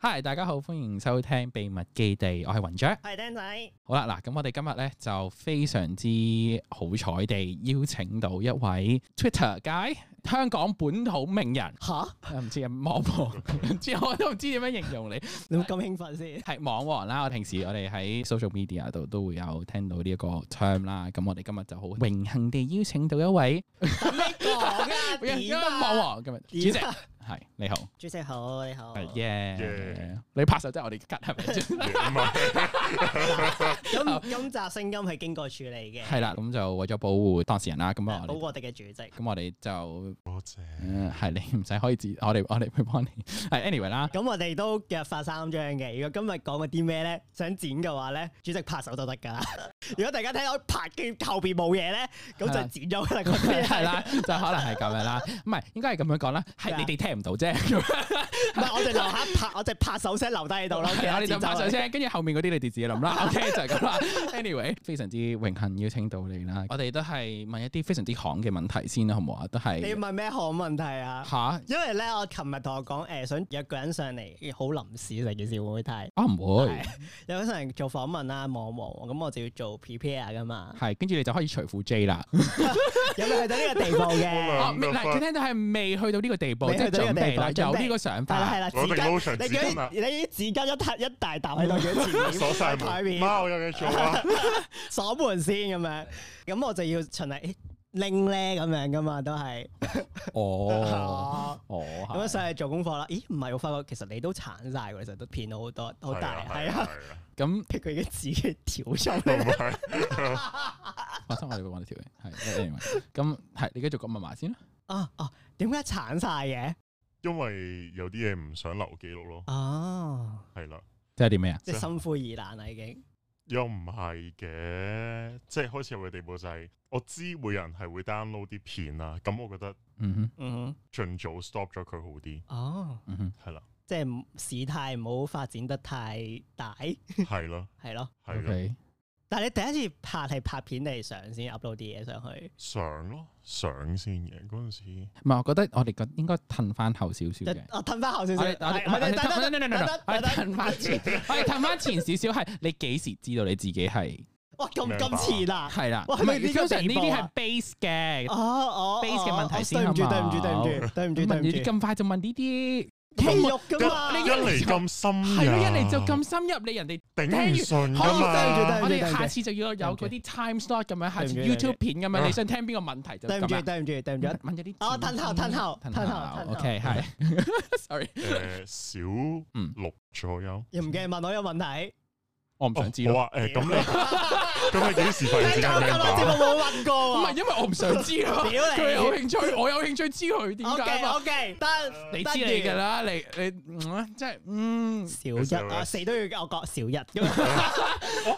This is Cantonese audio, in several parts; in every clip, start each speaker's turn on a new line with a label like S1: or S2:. S1: Hi，大家好，歡迎收聽秘密基地，我係雲雀。
S2: 係釘仔，
S1: 好啦，嗱，咁我哋今日咧就非常之好彩地邀請到一位 Twitter 界香港本土名人，
S2: 吓
S1: 啊唔知啊網 王，唔知我都唔知點樣形容你，
S2: 你會咁興奮先？
S1: 係網王啦。我平時我哋喺 social media 度都會有聽到呢一個 term 啦。咁我哋今日就好榮幸地邀請到一位
S2: 你 講啊，
S1: 一
S2: 點
S1: 位網
S2: 啊？
S1: 王今日主席
S2: 點啊
S1: 係你好，
S2: 主席好，你好，
S1: 係 yeah，
S3: Yeah
S1: 你拍手即係我哋吉係咪？
S2: 咁今集聲音係經過處理嘅，
S1: 啊係啦，咁就為咗保護當事人啦，咁啊
S2: 保
S1: 我哋
S2: 護我哋嘅主席。
S1: 咁我哋就
S3: 多謝。
S1: 誒係你 唔使可以自，我哋我哋會幫你係 anyway 啦，
S2: 咁我哋都約法三章嘅。如果今日講嗰啲咩咧，想剪嘅話咧，主席拍手就得㗎啦。 如果大家聽到拍嘅後邊冇嘢咧，咁就剪咗㗎啦。嗰啲
S1: 係啦，就可能係咁樣啦，唔係應該係咁樣講啦，係你哋聽唔到啫，咁樣
S2: 唔係我哋留下拍，我哋拍手聲留低喺度啦。
S1: 係我哋就拍上
S2: 聲。
S1: 聲，跟住後面嗰啲你哋自己諗 啦，OK 就係咁啦。anyway，非常之榮幸邀請到你啦，我哋都係問一啲非常之行嘅問題先啦，好唔好啊？都
S2: 你要
S1: 係
S2: 問咩項問題啊？
S1: 吓
S2: 因為咧，我琴日同我講，誒、想約個人上嚟，好臨時成件事會唔會太？
S1: 啊唔會
S2: 係 有嗰陣做訪問啦，望望咁我就要做 prepare 噶嘛，
S1: 係，跟住你就可以除褲 J 啦。
S2: 有冇去到呢個地步嘅？
S1: 哦，未嗱，佢聽到係未去到呢個地步，
S2: 未
S1: 即係
S2: 去到呢
S1: 準
S2: 個地
S1: 備
S2: 步
S1: 啦，有
S2: 準備
S1: 呢個想
S2: 係啦
S1: 法
S2: 係。啦，紙
S3: 攞定 lotion
S2: 巾，你
S3: 紙巾
S2: 嗰
S3: 啦
S2: 啲你啲紙巾一沓一大沓喺度嘅前面
S3: 鎖晒
S2: 台
S3: 門，
S2: 面，
S3: 媽我有嘢做啊！
S2: 鎖門先咁樣，咁我就要循例咦拎咧咁樣噶嘛，都係
S1: 哦，
S2: 哦。
S1: 哦，
S2: 咁樣
S1: 係
S2: 上去做功課啦，咦唔係我發覺其實你都鏟晒喎，其實都騙到好多，好大係啊，，
S1: 咁
S2: 佢已經自己跳咗
S3: 同
S2: 嚟，
S3: 埋
S1: 發生我哋會揾條嘅，係 anyway，咁係你繼續講密碼先啦。
S2: 啊啊點解鏟晒嘅？
S3: 因為有啲嘢唔想留記錄咯，
S2: 哦，
S3: 係啦，
S1: 即係啲咩啊？
S2: 即係心灰意冷啦已經。
S3: 又唔係嘅，即係開始有嘅地步就係我知會有人係會 download 啲片啊，咁我覺得
S1: 嗯哼，
S2: 嗯
S3: 盡早 stop 咗佢好啲，
S2: 哼，哦，
S1: 嗯哼，
S3: 係啦，
S2: 即係唔事態唔好發展得太大，係
S3: 係啦，
S2: 咯。
S3: 係啦，
S1: OK，
S2: 但係你第一次拍係拍片嚟上先 upload 啲嘢上去，
S3: 上咯，上先嘅嗰陣時，
S1: 唔係，我覺得我哋個應該褪翻後少少嘅。
S2: 我褪翻後少
S1: 我
S2: 少，
S1: 哋我哋我哋
S2: 係
S1: 褪
S2: 等等等等
S1: 我哋
S2: 等
S1: 褪
S2: 等
S1: 翻前，我哋褪翻前少少係你幾時知道你自己係
S2: 哇咁
S3: 明白
S2: 咁前啊！
S1: 係啦？唔
S2: 哇去到呢
S1: 係
S2: 個
S1: 通常呢啲係
S2: 地
S1: base 嘅
S2: 哦，哦
S1: base 嘅問題先
S2: 對唔住
S1: 係
S2: 對唔
S1: 嘛
S2: 住對唔住對唔住
S1: 問
S2: 對
S1: 你
S2: 唔住，
S1: 咁快就問呢啲，
S2: 肌肉噶
S3: 一
S2: 嘛？
S1: 呢
S3: 一
S1: 個
S3: 嚟咁深入，
S1: 啊係咯，一嚟就咁深入，你人哋
S3: 頂
S1: 聽完
S3: 唔順
S1: 可以
S3: 㗎嘛
S2: 對唔住對唔住，
S1: 我哋下次就要有嗰啲 time slot 咁樣，下次
S2: 對唔住
S1: YouTube 片咁樣，
S3: 啊
S1: 你想聽邊個問題就
S2: 對唔
S1: 咁
S2: 住
S1: 樣。
S2: 對唔住對唔住，
S1: 問咗啲
S2: 哦
S1: 錢
S2: 褪後褪
S1: 褪
S2: 後
S1: 哦
S2: 褪後褪後
S1: OK 係 ，sorry，
S3: 誒呃小
S1: 嗯
S3: 六左右。
S2: 又唔記得問我有問題。
S1: 我唔
S3: 哦
S1: 想知咯，
S3: 好啊，誒，咁你咁你幾 時發現
S2: 你
S3: 自己
S2: 講
S3: 係
S2: 咁耐節
S3: member？
S2: 目冇問過
S1: 唔係
S2: 啊
S1: 因為我唔想知咯，
S2: 屌你
S1: 佢有興趣，我有興趣知佢點解
S2: ？OK
S1: 嘛，
S2: OK 得。
S1: 你知你㗎啦，你你嗯即係 嗯
S2: 小一啊，死都要我講小一咁，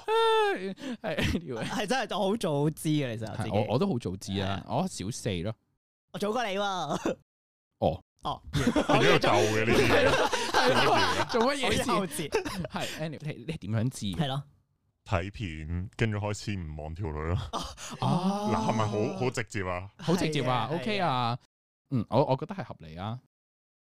S1: 係 anyway，
S2: 係真係我好早知嘅，其實我自己
S1: 係我我都好早知
S2: 係
S1: 啦
S2: 啊，
S1: 我小四咯，
S2: 我早 過你喎，
S1: 哦
S2: 哦，
S3: 你喺度鬥嘅呢啲嘢，
S1: 係咯，做乜
S2: 我
S1: 嘢
S2: 一
S1: 先？
S2: 後知
S1: 係 anyway，你你點樣知嘅？
S2: 係咯，
S3: 睇片跟住開始唔望條女咯。
S1: 哦
S3: 嗱，係咪好好直接啊？
S1: 好直接啊
S2: 係啊
S1: ？OK
S2: 係啊
S1: 啊，嗯，我我覺得係合理啊，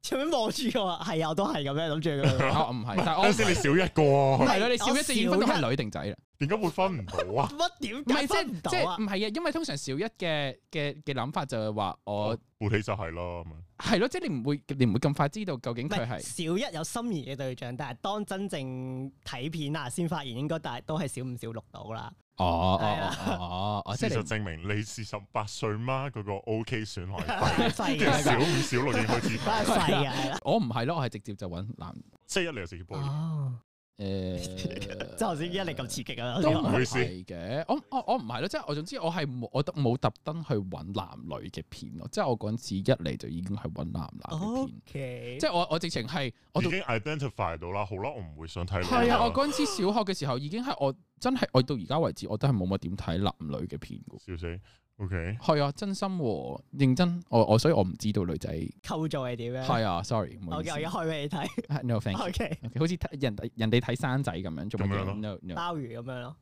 S2: 前面望住我，係啊，我都係咁樣諗住咁 樣，
S1: 啊我唔係，但係我
S3: 嗰陣時你少一 個，啊
S1: 係咯，你小
S2: 我
S1: 一就已經分到
S2: 小
S1: 係女定仔啦。
S3: 點解會分唔到啊？
S2: 乜點
S1: 唔係
S2: 解
S1: 即係
S2: 分唔
S1: 即
S2: 到啊
S1: 係唔？係啊，因為通常小一嘅嘅嘅諗法就係話我
S3: 部起就係咯，咁啊
S1: 係咯，即係你唔會你唔會咁快知道究竟
S2: 唔
S1: 嗯佢
S2: 係
S1: 係
S2: 小一有心儀嘅對象，但係當真正睇片啊，先發現應該大都係小五小六到 啦。
S1: 哦哦
S2: 係
S1: 哦
S2: 啊
S1: 哦哦哦，即
S3: 事
S1: 係
S3: 實
S1: 你
S3: 證明你是十八歲嗎？嗰個 OK 損害費，
S2: 細
S3: 跟住
S2: 嘅，
S3: 小五小六已經開始
S2: 都係
S3: 睇，
S2: 細嘅，係啦。
S1: 我唔係咯，我係直接就揾男
S3: 即係一嚟就直接報應。
S2: 哦，
S1: 誒，
S2: 即係頭先一嚟咁刺激啊！
S1: 都
S3: 唔
S1: 唔
S3: 好意思
S1: 係嘅，我我我唔係咯，即係我總之我係冇我都冇特登去揾男女嘅片咯，即係我嗰陣時一嚟就已經係揾男男嘅
S2: O
S1: 片，
S2: K，
S1: 即係我我直情係我
S3: 已
S1: 到
S3: 經 identify 到啦，好啦，我唔會想睇女
S1: 係啊，我
S3: 啦。
S1: 嗰陣時小學嘅時候已經係我真係我到而家為止我都係冇乜點睇男女嘅片嘅。
S3: 笑死，OK，
S1: 係啊，真心喎，認真，我我所以我唔知道女仔
S2: 構造係哦點樣？
S1: 係啊，sorry，唔
S2: 我
S1: 好
S2: 我
S1: 意思
S2: 一開俾你睇。
S1: ，no thank
S2: O
S1: you。
S2: K，
S1: OK，好似睇人哋人哋睇生仔咁樣，做乜
S3: 咁樣咯
S1: 嘢？No no。
S2: 鮑魚咁樣咯。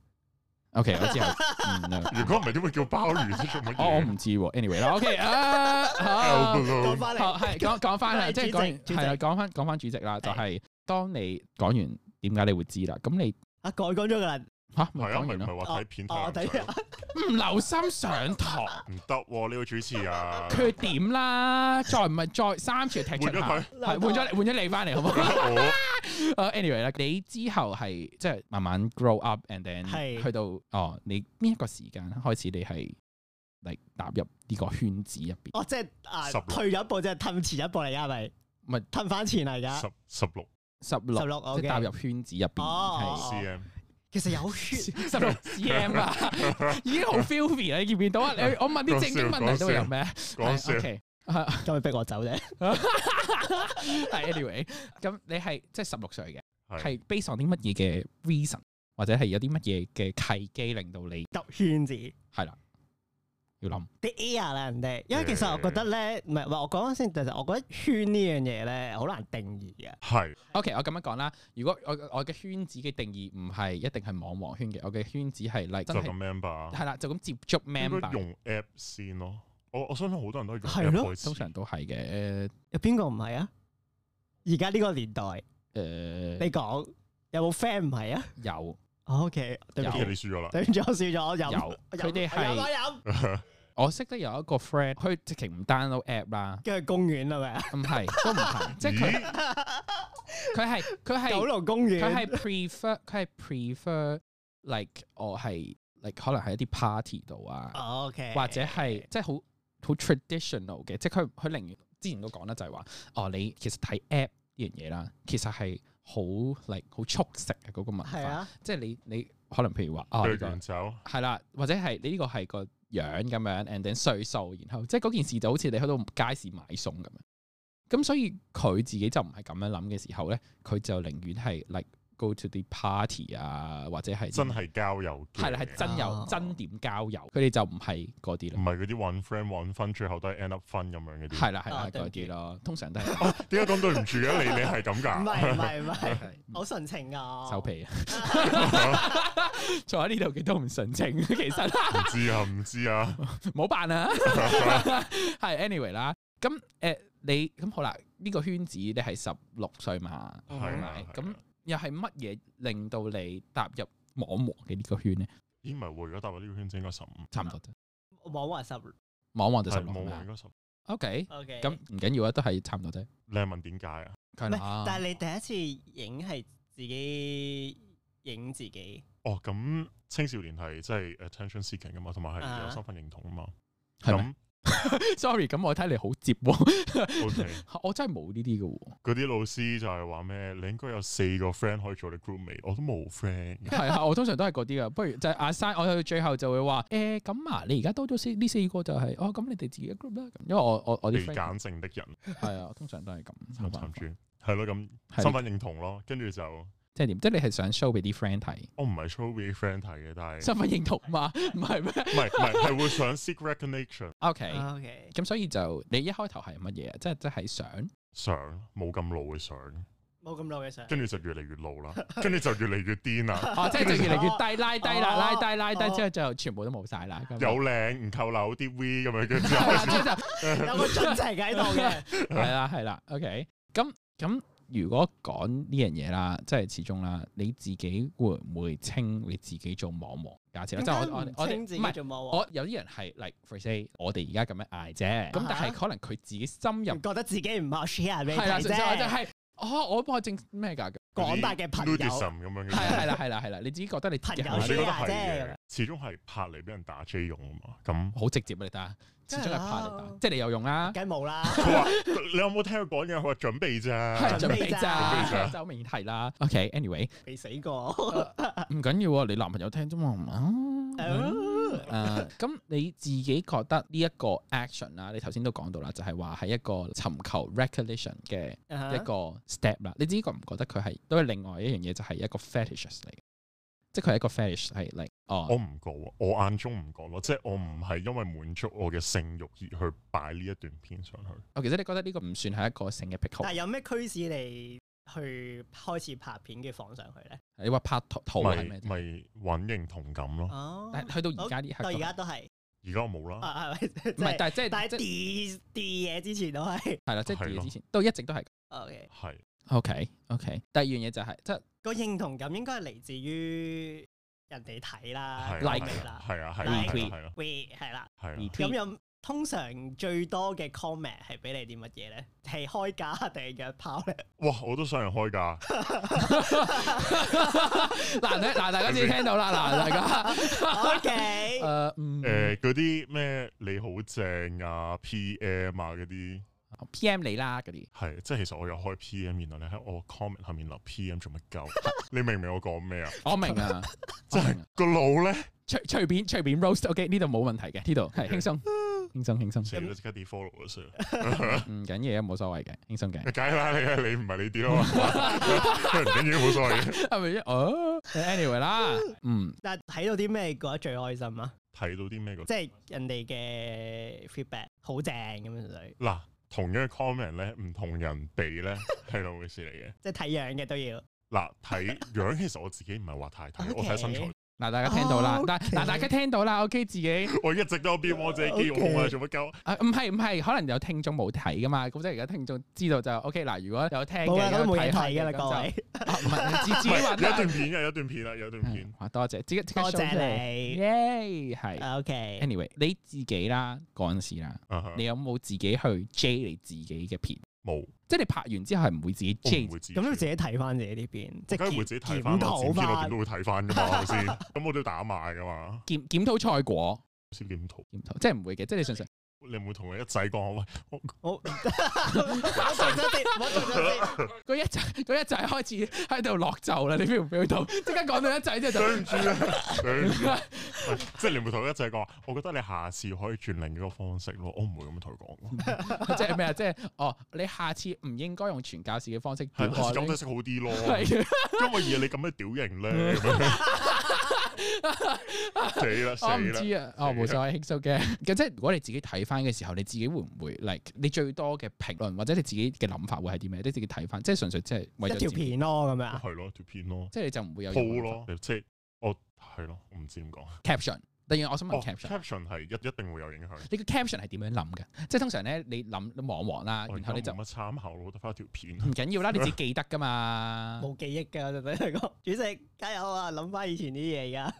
S1: OK，我之後，嗯，no 哦
S3: 如果唔係點會叫鮑魚啫？做乜
S1: 我我
S3: 嘢啊
S1: 唔知喎。Anyway 啦，OK 啊，好
S3: ？Elbow
S2: 講翻
S1: 好
S2: 嚟，
S1: 係講講翻啦，
S2: 係
S1: 即係啊講完
S2: 主席主席
S1: 係啦，講翻講翻主席啦，就係當你講完點解你會知啦，咁你
S2: 啊，改講咗噶啦，
S1: 吓咪
S3: 係啊，
S1: 講
S3: 咪
S1: 完
S3: 唔
S1: 咯，
S3: 係話睇片
S1: 啊
S2: 哦，
S3: 睇
S2: 等
S3: 人
S2: 一下
S3: 相
S1: 唔留心上堂，
S3: 唔得喎呢個主持啊，
S1: 缺點啦，再唔係再三次踢出
S3: 換咗
S1: 校
S3: 佢，
S1: 係換咗你換咗你翻嚟好唔好？
S3: 我
S1: 誒呃 anyway 啦，你之後係即係慢慢 grow up，and then
S2: 係
S1: 去到哦，你邊一個時間開始你係嚟踏入呢個圈子入邊？
S2: 哦，即係啊
S3: 十六，
S2: 退咗一步，即係褪前一步嚟噶，係咪？
S1: 咪
S2: 褪翻前嚟噶，
S3: 十十六
S1: 十
S2: 十
S1: 六
S2: 六
S1: 即
S2: OK
S1: 係踏入圈子入邊
S2: 哦
S1: 係
S2: 哦
S3: cm，
S2: 其實 有血，
S1: 十六 cm 啦， 已經好 filthy 啦，你見唔見到啊？你我問啲正經問題都會有咩？
S3: 講笑
S1: 係，OK，係
S2: 咁咪逼我走啫。
S1: 係 anyway，咁你係即係十六歲嘅，
S3: 係
S1: 係 based on 啲乜嘢嘅 reason，或者係有啲乜嘢嘅契機令到你
S2: 入圈子
S1: 係啦，要諗
S2: 啲 air 啦，人哋，因為其實我覺得咧，唔係唔係我講先，其實我覺得圈呢樣嘢咧，好難定義嘅。
S3: 係
S1: OK，我咁樣講啦。如果我我嘅圈子嘅定義唔係一定係網黃圈嘅，我嘅圈子係 like
S3: 就
S1: 真
S3: 咁
S1: 係
S3: member，
S1: 係啦，就咁接觸
S3: 應該
S1: member，
S3: 用 app 先咯。我我相信好多人都係
S2: 係
S3: 用
S2: 咯
S3: app 開
S1: 通
S3: 始
S1: 常都係嘅。
S2: 有邊個唔係啊？而家呢個年代，
S1: 誒、
S2: 你講有冇 friend 唔係啊
S1: 有
S2: 哦？OK，對唔
S1: 有
S2: 住
S1: 有。
S3: 你輸咗啦，
S2: 對唔住，我笑咗，我飲
S1: 有，
S2: 我飲
S1: 佢哋
S2: 我飲我
S1: 係
S2: 飲，
S1: 我識得有一個 friend，佢直情唔 download app 啦，
S2: 跟住公園係咪啊？
S1: 唔 係都唔係，即係佢
S3: 咦？
S1: 佢係佢
S2: 九
S1: 係
S2: 龍公園，
S1: 佢係 prefer 佢係 prefer like 我係 like 可能係一啲 party 度啊。
S2: 哦 OK，
S1: 或者係即係好好 traditional 嘅，即係佢佢寧願之前都講啦，就係話哦，你其實睇 app 呢樣嘢啦，其實係好 like 好速食嘅嗰個文
S2: 係
S1: 化，
S2: 啊，
S1: 即係你你可能譬如話哦呢
S3: 對
S1: 個
S3: 完走，
S1: 係啦，或者係你呢個係個樣咁樣，and then 歲數，然後即係嗰件事就好似你去到街市買餸咁樣。咁所以佢自己就唔係咁樣諗嘅時候咧，佢就寧願係 like go to the party 啊，或者係
S3: 真係交友嘅
S1: 係啦，係真有
S2: 哦
S1: 真點交友，佢哋就唔係嗰啲啦
S3: 唔。係嗰啲揾 friend 揾分，最後都係 end up 分咁樣嗰 啲。哦
S1: 係啦係啦
S2: 啊對
S1: 嗰
S2: 唔
S1: 啲
S2: 住
S1: 咯，通常都係
S3: 點解講對唔住嘅你？你係咁
S2: 唔
S3: 㗎？
S2: 係唔係唔係，
S1: 係
S2: 好純情啊，
S1: 收 皮啊！ 坐喺呢度幾都唔純情， 其實
S3: 唔知啊，唔知啊。
S1: 冇辦啊。係 anyway 啦，咁誒、呃你咁好啦，呢、個圈子你係十六歲嘛，
S2: 嗯
S1: 係
S3: 係
S1: 咪
S3: 咪？？
S1: 咁
S3: 咁
S1: 又係乜嘢令到你踏入網黃嘅呢個圈咧？
S3: 咦唔係喎，如果踏入呢個圈子應該十五，
S1: 差唔多啫，
S2: 網話十
S1: 網黃就十
S3: 係
S1: 六啊
S3: 冇喎，
S1: 啦
S3: 應。該十五。
S1: OK，
S2: ，OK，
S1: 咁唔緊要啊，都係差唔多啫。
S3: 你係問點解啊？
S1: 係
S2: 唔係
S1: 啦，
S2: 但係你第一次影係自己影自己，
S3: 哦，咁青少年係即係 attention seeking 噶嘛，同埋係
S2: 啊
S3: 有身份認同噶嘛。
S1: 係咪
S3: 咁
S1: ？Sorry，咁我睇你好接喎，
S3: OK，
S1: 我真係冇呢啲嘅喎。
S3: 嗰啲老師就係話咩？你應該有四個 friend 可以做你 groupmate，我都冇 friend 嘅。
S1: 係啊，我通常都係嗰啲噶，不如就係阿生，我去到最後就會話誒咁啊，你而家多咗四呢四個就係、哦，咁你哋自己嘅 group 啦，咁因為我我我
S3: 被
S1: 啲 friend
S3: 揀剩的人，
S1: 係啊，通常都係咁，
S3: 慘
S1: 冇
S3: 慘
S1: 辦
S3: 住
S1: 法，
S3: 係咯，咁
S1: 係
S3: 身份認同咯，跟住就
S1: 即係點？即係你係想 show 俾啲 friend 睇
S3: 我唔係 show 俾 friend 睇嘅，但係
S1: 身份認同嘛， 唔係咩
S3: 唔係唔係係會想 seek recognition
S1: ？OK，
S2: 啊 OK，
S1: 咁所以就你一開頭係乜嘢啊？即係即係想
S3: 想冇咁老嘅想，
S2: 冇咁老嘅相，
S3: 跟住就越嚟越 老啦，跟住就越嚟越癲啦，
S1: 哦，即係就越嚟越低，拉低啦，
S2: 哦
S1: 拉低拉
S2: 哦
S1: 低之後就全部都冇晒啦，咁樣
S3: 有靚唔扣樓啲 V 咁樣 跟住。
S1: 係啦，即係就
S2: 有個進程喺度 嘅，
S1: 係啦，係啦，OK。咁咁，如果講呢樣嘢啦，即係始終啦，你自己會唔會稱你自己做網王？假設啦，
S2: 點
S1: 即係
S2: 解
S1: 我我
S2: 唔
S1: 我哋
S2: 清自
S1: 唔
S2: 己
S1: 係
S2: 做網
S1: 我有啲人係 like for say，我哋而家咁樣嗌啫。咁
S2: 啊哈
S1: 但係可能佢自己深入
S2: 黃？覺得自己唔好 share 嗯俾你
S1: 係啦，
S2: 睇
S1: 純粹我就
S2: 啫，
S1: 係哦，我我正咩 㗎？
S2: 廣大嘅朋友
S3: n u d i s m 咁樣嘅。
S1: 係啦係啦係啦係啦，你自己覺得你自己
S2: 朋友
S3: 我覺
S1: 啊係
S2: 有
S3: 得係
S2: 啲人
S3: 嘅，始終係拍嚟俾人打 J 用啊嘛。咁
S1: 好直接啊！你睇下，始終係怕你打，即係你有用啦，
S2: 梗係冇 啦，
S3: 佢話：你有冇聽佢講嘢？佢話準
S1: 係
S3: 備咋，
S1: 準
S2: 準
S1: 備
S2: 備
S1: 咋，
S3: 咋
S1: 周明係啦。OK，anyway，
S2: 未死過。啊
S1: 唔緊要喎，你男朋友聽啫嘛。啊
S2: 哦
S1: 誒，咁、你自己覺得呢一個 action 啦，你頭先都講到啦，就係話係一個尋求 recognition 嘅一
S2: 一
S1: 個 step 啦。你自己覺唔覺得佢係都係另外一樣嘢，就係一個 fetishes 嚟嘅，即係佢係一個 fetish 係嚟
S3: 我
S1: 哦，
S3: 唔講，我眼中唔講咯，即係我唔係因為滿足我嘅性慾而去擺呢一段片上去。
S1: 我其實你覺得呢個唔算係一個性嘅癖好，
S2: 但係有咩驅使你去開始拍片嘅放上去咧？
S1: 你話拍圖圖
S3: 咪
S1: 係咩啫？
S3: 咪揾認同感咯。
S2: 哦，
S1: 但係去到而家呢一刻
S2: 到而
S1: 都係，
S2: 家都係，
S3: 而家我冇啦，
S2: 啊係咪？
S1: 唔係，但係即係
S2: 但係
S1: 即係
S2: 啲啲嘢之前都係
S1: 係啦，即係
S3: 係咯
S1: 之前都一直都係。
S2: ，OK，
S3: 係
S1: OK OK。第二樣嘢就係、即係
S2: 個認同感應該係嚟自於人哋睇啦
S3: 係啊
S1: Like
S2: 你
S3: 係
S2: 啦
S3: 啊，係啊，係
S2: Like
S3: 啊，係啊，
S2: ，we 係啦。
S3: 係啊係啊
S1: retweet
S2: 咁又通常最多嘅 comment 係俾你啲乜嘢咧？係開 價定係約炮咧？
S3: 哇！我都想人開㗎，
S1: 嗱，你嗱，大家自己聽到啦，嗱，大家
S2: O K，
S1: 誒嗯
S3: 誒嗰啲咩你好正啊、PM 啊嗰啲，
S1: PM 哦你啦嗰啲，
S3: 係即係其實我有開 PM，然後你喺我 comment 下面留 PM 做乜鳩？你明唔明我講咩啊？
S1: 我明 啊，
S3: 真
S1: 我明
S3: 係
S1: 啊
S3: 個腦咧，
S1: 隨隨便隨便 roast，OK 呢度冇問題嘅，呢度係輕鬆輕 鬆輕鬆，
S3: 死啦！即刻 defollow 咗先，
S1: 唔緊要啊，冇所謂嘅，輕鬆嘅，
S3: 梗係啦，你係你唔係你啲啊 嘛，唔緊要冇所謂嘅。
S1: 係咪先？哦，anyway 啦，嗯，
S2: 但係睇到啲咩覺得最開心啊？
S3: 睇到啲咩個
S2: 即係人哋嘅 feedback 好正咁樣純粹，
S3: 嗱？同樣嘅 comment 咧，唔同人哋咧係兩回事嚟嘅。
S2: 即係睇樣嘅都要。
S3: 嗱，睇樣其實我自己唔係話太睇，我睇身材
S2: OK。
S1: 嗱，大家聽到啦
S2: 哦，
S1: 但
S2: OK
S1: 嗱，大家聽到啦，OK 自己
S3: 我一直都有邊我自己肌肉控啊，做乜鳩？
S1: 啊，唔係唔係，可能有聽眾冇睇噶嘛，咁即係而家聽眾知道就 OK 嗱，如果有聽嘅，
S2: 冇啊啦，都
S1: 有
S2: 冇嘢
S1: 開
S2: 睇噶
S1: 嘅
S2: 啦，各，位，
S1: 咁就啊唔 係自自己
S3: 唔係
S1: 揾
S3: 有一
S1: 啦嗯
S3: 段片嘅，有一段片啊，有一段片。
S1: 哇，多謝，即刻即刻
S2: 多
S1: show 出嚟
S2: 謝你。啊
S1: 耶，係。
S2: O K，
S1: anyway，你自己啦嗰陣時啦，
S3: 啊哈
S1: 你有冇自己去 J 你自己嘅片？
S3: 冇，
S1: 即係你拍完之後係唔會自己
S3: 我
S1: J
S3: 唔會自己
S2: 咁你自己睇翻自己呢邊，即
S3: 我梗
S2: 係
S3: 係
S2: 檢
S3: 會自己睇翻啦，
S2: 檢討
S3: 剪片我
S2: 翻
S3: 點都。會睇翻 噶嘛，係咪先？咁我都要打罵噶嘛，
S1: 檢檢討賽果，
S3: 先檢討。
S1: 檢討即係唔會嘅，即係你純粹
S3: 你有冇同你一仔講喂，我
S2: 我 我做咗先，我做咗先。
S1: 嗰一仔嗰一仔開始 喺度落咒啦，你 feel 唔 feel 到？即刻講到一仔之後 就
S3: 對唔住啊，對唔住啊， 喂即係你有冇同佢一仔講？我覺得你下次可以轉另一個方式咯，我唔會咁樣同佢講。
S1: 即係咩啊？即係哦，你下次唔應該用傳教士嘅方式表
S3: 係下
S1: 愛
S3: 次咁
S1: 咧
S3: 樣識好啲咯，
S1: 係
S3: 因為以你咁嘅屌型 咧，咁樣死啦
S1: 我唔
S3: 死啦！
S1: 知啊，哦冇所謂，輕鬆嘅。咁即係如果你自己睇翻嘅時候，你自己會唔會 like 你最多嘅評論或者你自己嘅諗法會係啲咩？你自己睇翻，即係純粹即係為咗
S2: 一條
S1: 自己，
S2: 片咯，咁樣
S3: 係咯，條片咯，
S1: 即係你就唔會有
S3: 鋪咯，即係我係咯，我唔知點講。
S1: caption。第二樣我想問
S3: 哦
S1: caption。
S3: 啊 caption 啊係一一定會有影響。
S1: 你個 caption 係點樣諗嘅？即係通常咧，你諗望望啦，
S3: 我而
S1: 然
S3: 家
S1: 後你就
S3: 冇乜參考咯，得翻條片。
S1: 唔緊要啦，你自 己記得噶嘛。
S2: 冇記憶㗎，就等佢講。主席加油啊！諗翻以前啲嘢㗎。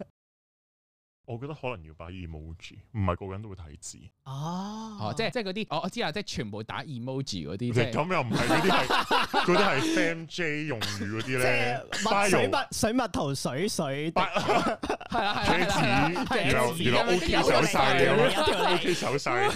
S3: 我覺得可能要擺 emoji，唔係個個人都會睇字。
S2: 哦
S1: 哦，即係即係嗰啲，我我知啦，即係全部打 emoji 嗰啲，即
S3: 其
S1: 係
S3: 實 咁又唔係嗰啲係 嗰啲係 Sam J 用語嗰啲
S2: 即
S3: 咧
S2: 係水
S3: ，bio
S2: 墨水墨圖水水滴
S1: 係啦係
S3: 茄
S1: 啦係啦係啦啊
S3: 子，然後
S1: 茄子
S3: 然
S1: 咁
S3: 後
S1: 樣
S3: OK
S1: 有
S3: 手
S1: 條
S3: 勢
S1: 脷
S3: 咁
S2: 有條
S3: 樣
S2: 脷
S3: ，OK 手勢，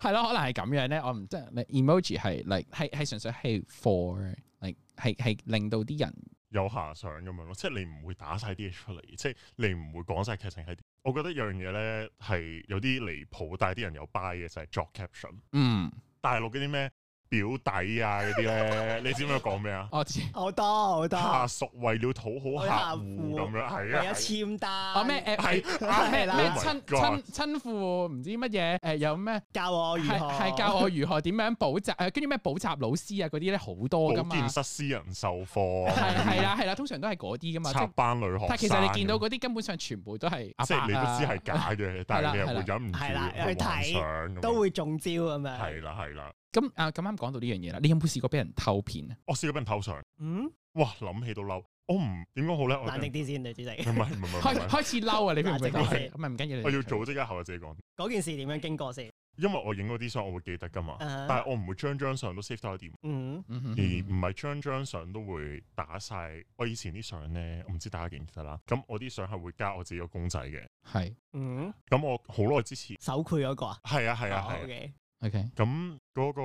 S1: 係咯，可能係咁樣咧。我唔即係你 emoji 係 like 係係純粹係 for like 係係令到啲人
S3: 有遐想咁樣咯。即係你唔會打晒啲嘢出嚟，即係你唔會講晒劇情係點。我覺得有樣嘢咧係有啲離譜，但係啲人有 buy 嘅就係作 caption。
S1: 嗯，
S3: 大陸嗰啲咩表弟啊嗰 啲咧，你知唔知我講咩啊？
S1: 我知
S2: 好多好多。
S3: 下屬為了討好客戶
S2: 好客戶
S3: 咁樣，係啊，
S2: 係有簽單，
S1: 我哦咩誒
S3: 係
S1: 誒咩
S2: 係啦
S1: 咩
S3: Oh my
S1: 親
S3: God
S1: 親親父唔知乜嘢誒有咩
S2: 教我如
S1: 係
S2: 何
S1: 係教我如何點樣補習呃誒，跟住咩補習老師啊嗰啲咧好多噶
S3: 保
S1: 嘛
S3: 健。室私人授課，
S1: 係啊係啦係啦，通常都係嗰啲噶嘛。即
S3: 插
S1: 係
S3: 班女學
S1: 但係
S3: 生。
S1: 其實你見到嗰啲根本上全部都係阿
S3: 即
S1: 伯
S3: 係你都
S1: 啊
S3: 知係假嘅，但係你又會忍唔住
S2: 係啦係啦
S3: 去幻
S2: 去睇
S3: 想咁樣
S2: 都會中招咁樣。
S3: 係啦係啦。
S1: 咁啊咁啱講到呢樣嘢啦，你有冇試過俾人偷片啊？
S3: 我試過俾人偷相，
S2: 嗯，
S3: 哇！諗起都嬲，我唔點講好咧？我
S2: 冷靜啲先，女主
S3: 唔
S2: 席。
S3: 係唔係唔係
S1: 開
S3: 唔係唔係，
S1: 開始嬲啊！你明唔明
S2: 冷靜
S1: 啊？
S2: 啲
S1: 咁咪唔緊要，你
S3: 我要組織一下我自己講，
S2: 嗰件事點樣經過先？
S3: 因為我影嗰啲相我會記得噶嘛，
S2: 嗯
S3: 但係我唔會張張相都 save 到點，
S2: 嗯，
S1: 嗯哼
S3: 而唔係張張相都會打晒。我以前啲相咧，我唔知大家記唔記得啦。咁我啲相係會加我自己個公仔嘅。
S1: 係
S2: 嗯，
S3: 咁我好耐之前，
S2: 手繪嗰個啊，
S3: 係啊係啊係啊
S2: o。k
S1: OK
S3: 咁嗰個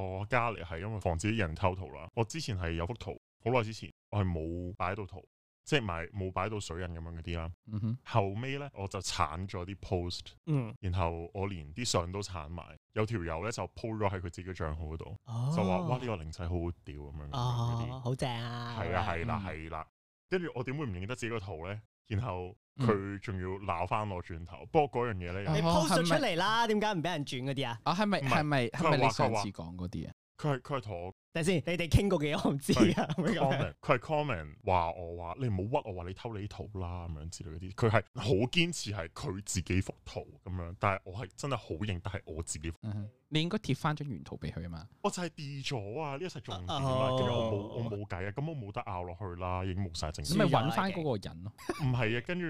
S3: 我加嚟係因為防止啲人偷圖啦。我之前係有幅圖，好耐之前我係冇擺到圖，即係埋冇擺到水印咁樣嗰啲啦。
S1: 嗯哼
S3: 後尾咧我就鏟咗啲 post，
S2: 嗯，
S3: 然後我連啲相都鏟埋。有條友咧就 po 咗喺佢自己嘅賬號嗰度，
S2: 哦，
S3: 就話：哇呢個靈仔好好屌咁樣嗰
S2: 哦
S3: 啲。，
S2: 好正啊，
S3: 係啊係
S1: 嗯
S3: 啦係啦。跟住我點會唔認得自己個圖咧？然後
S2: 嗯
S3: 佢仲要鬧翻我轉頭。不過嗰樣嘢咧，
S1: 啊
S2: 你
S1: 哦
S2: post 咗
S1: 係
S2: 出
S1: 咪
S2: 嚟啦，點解唔俾人轉嗰啲啊？
S1: 啊係咪
S3: 唔係
S1: 係咪
S3: 佢
S1: 係咪你
S3: 話
S1: 上
S3: 佢話
S1: 次講嗰啲啊？
S3: 佢係佢係同我
S2: 等先，你哋傾過 嘅我唔知啊，咁樣
S3: comment，佢係 comment 話我話你唔好屈我話你偷你圖啦咁樣之類嗰啲，佢係好堅持係佢自己幅圖咁樣，但係我係真係好認得係我自己幅，
S1: 嗯哼你應該貼翻張原圖俾佢啊嘛。
S3: 我就係 D 咗啊，呢個係重點啊，
S2: 哦
S3: 跟住我冇我冇計啊，咁我冇得拗落去啦，已經冇晒證
S1: 咁
S3: 據
S1: 咪
S2: 輸咗啦
S1: 揾翻嗰個人咯。
S3: 唔係啊，跟住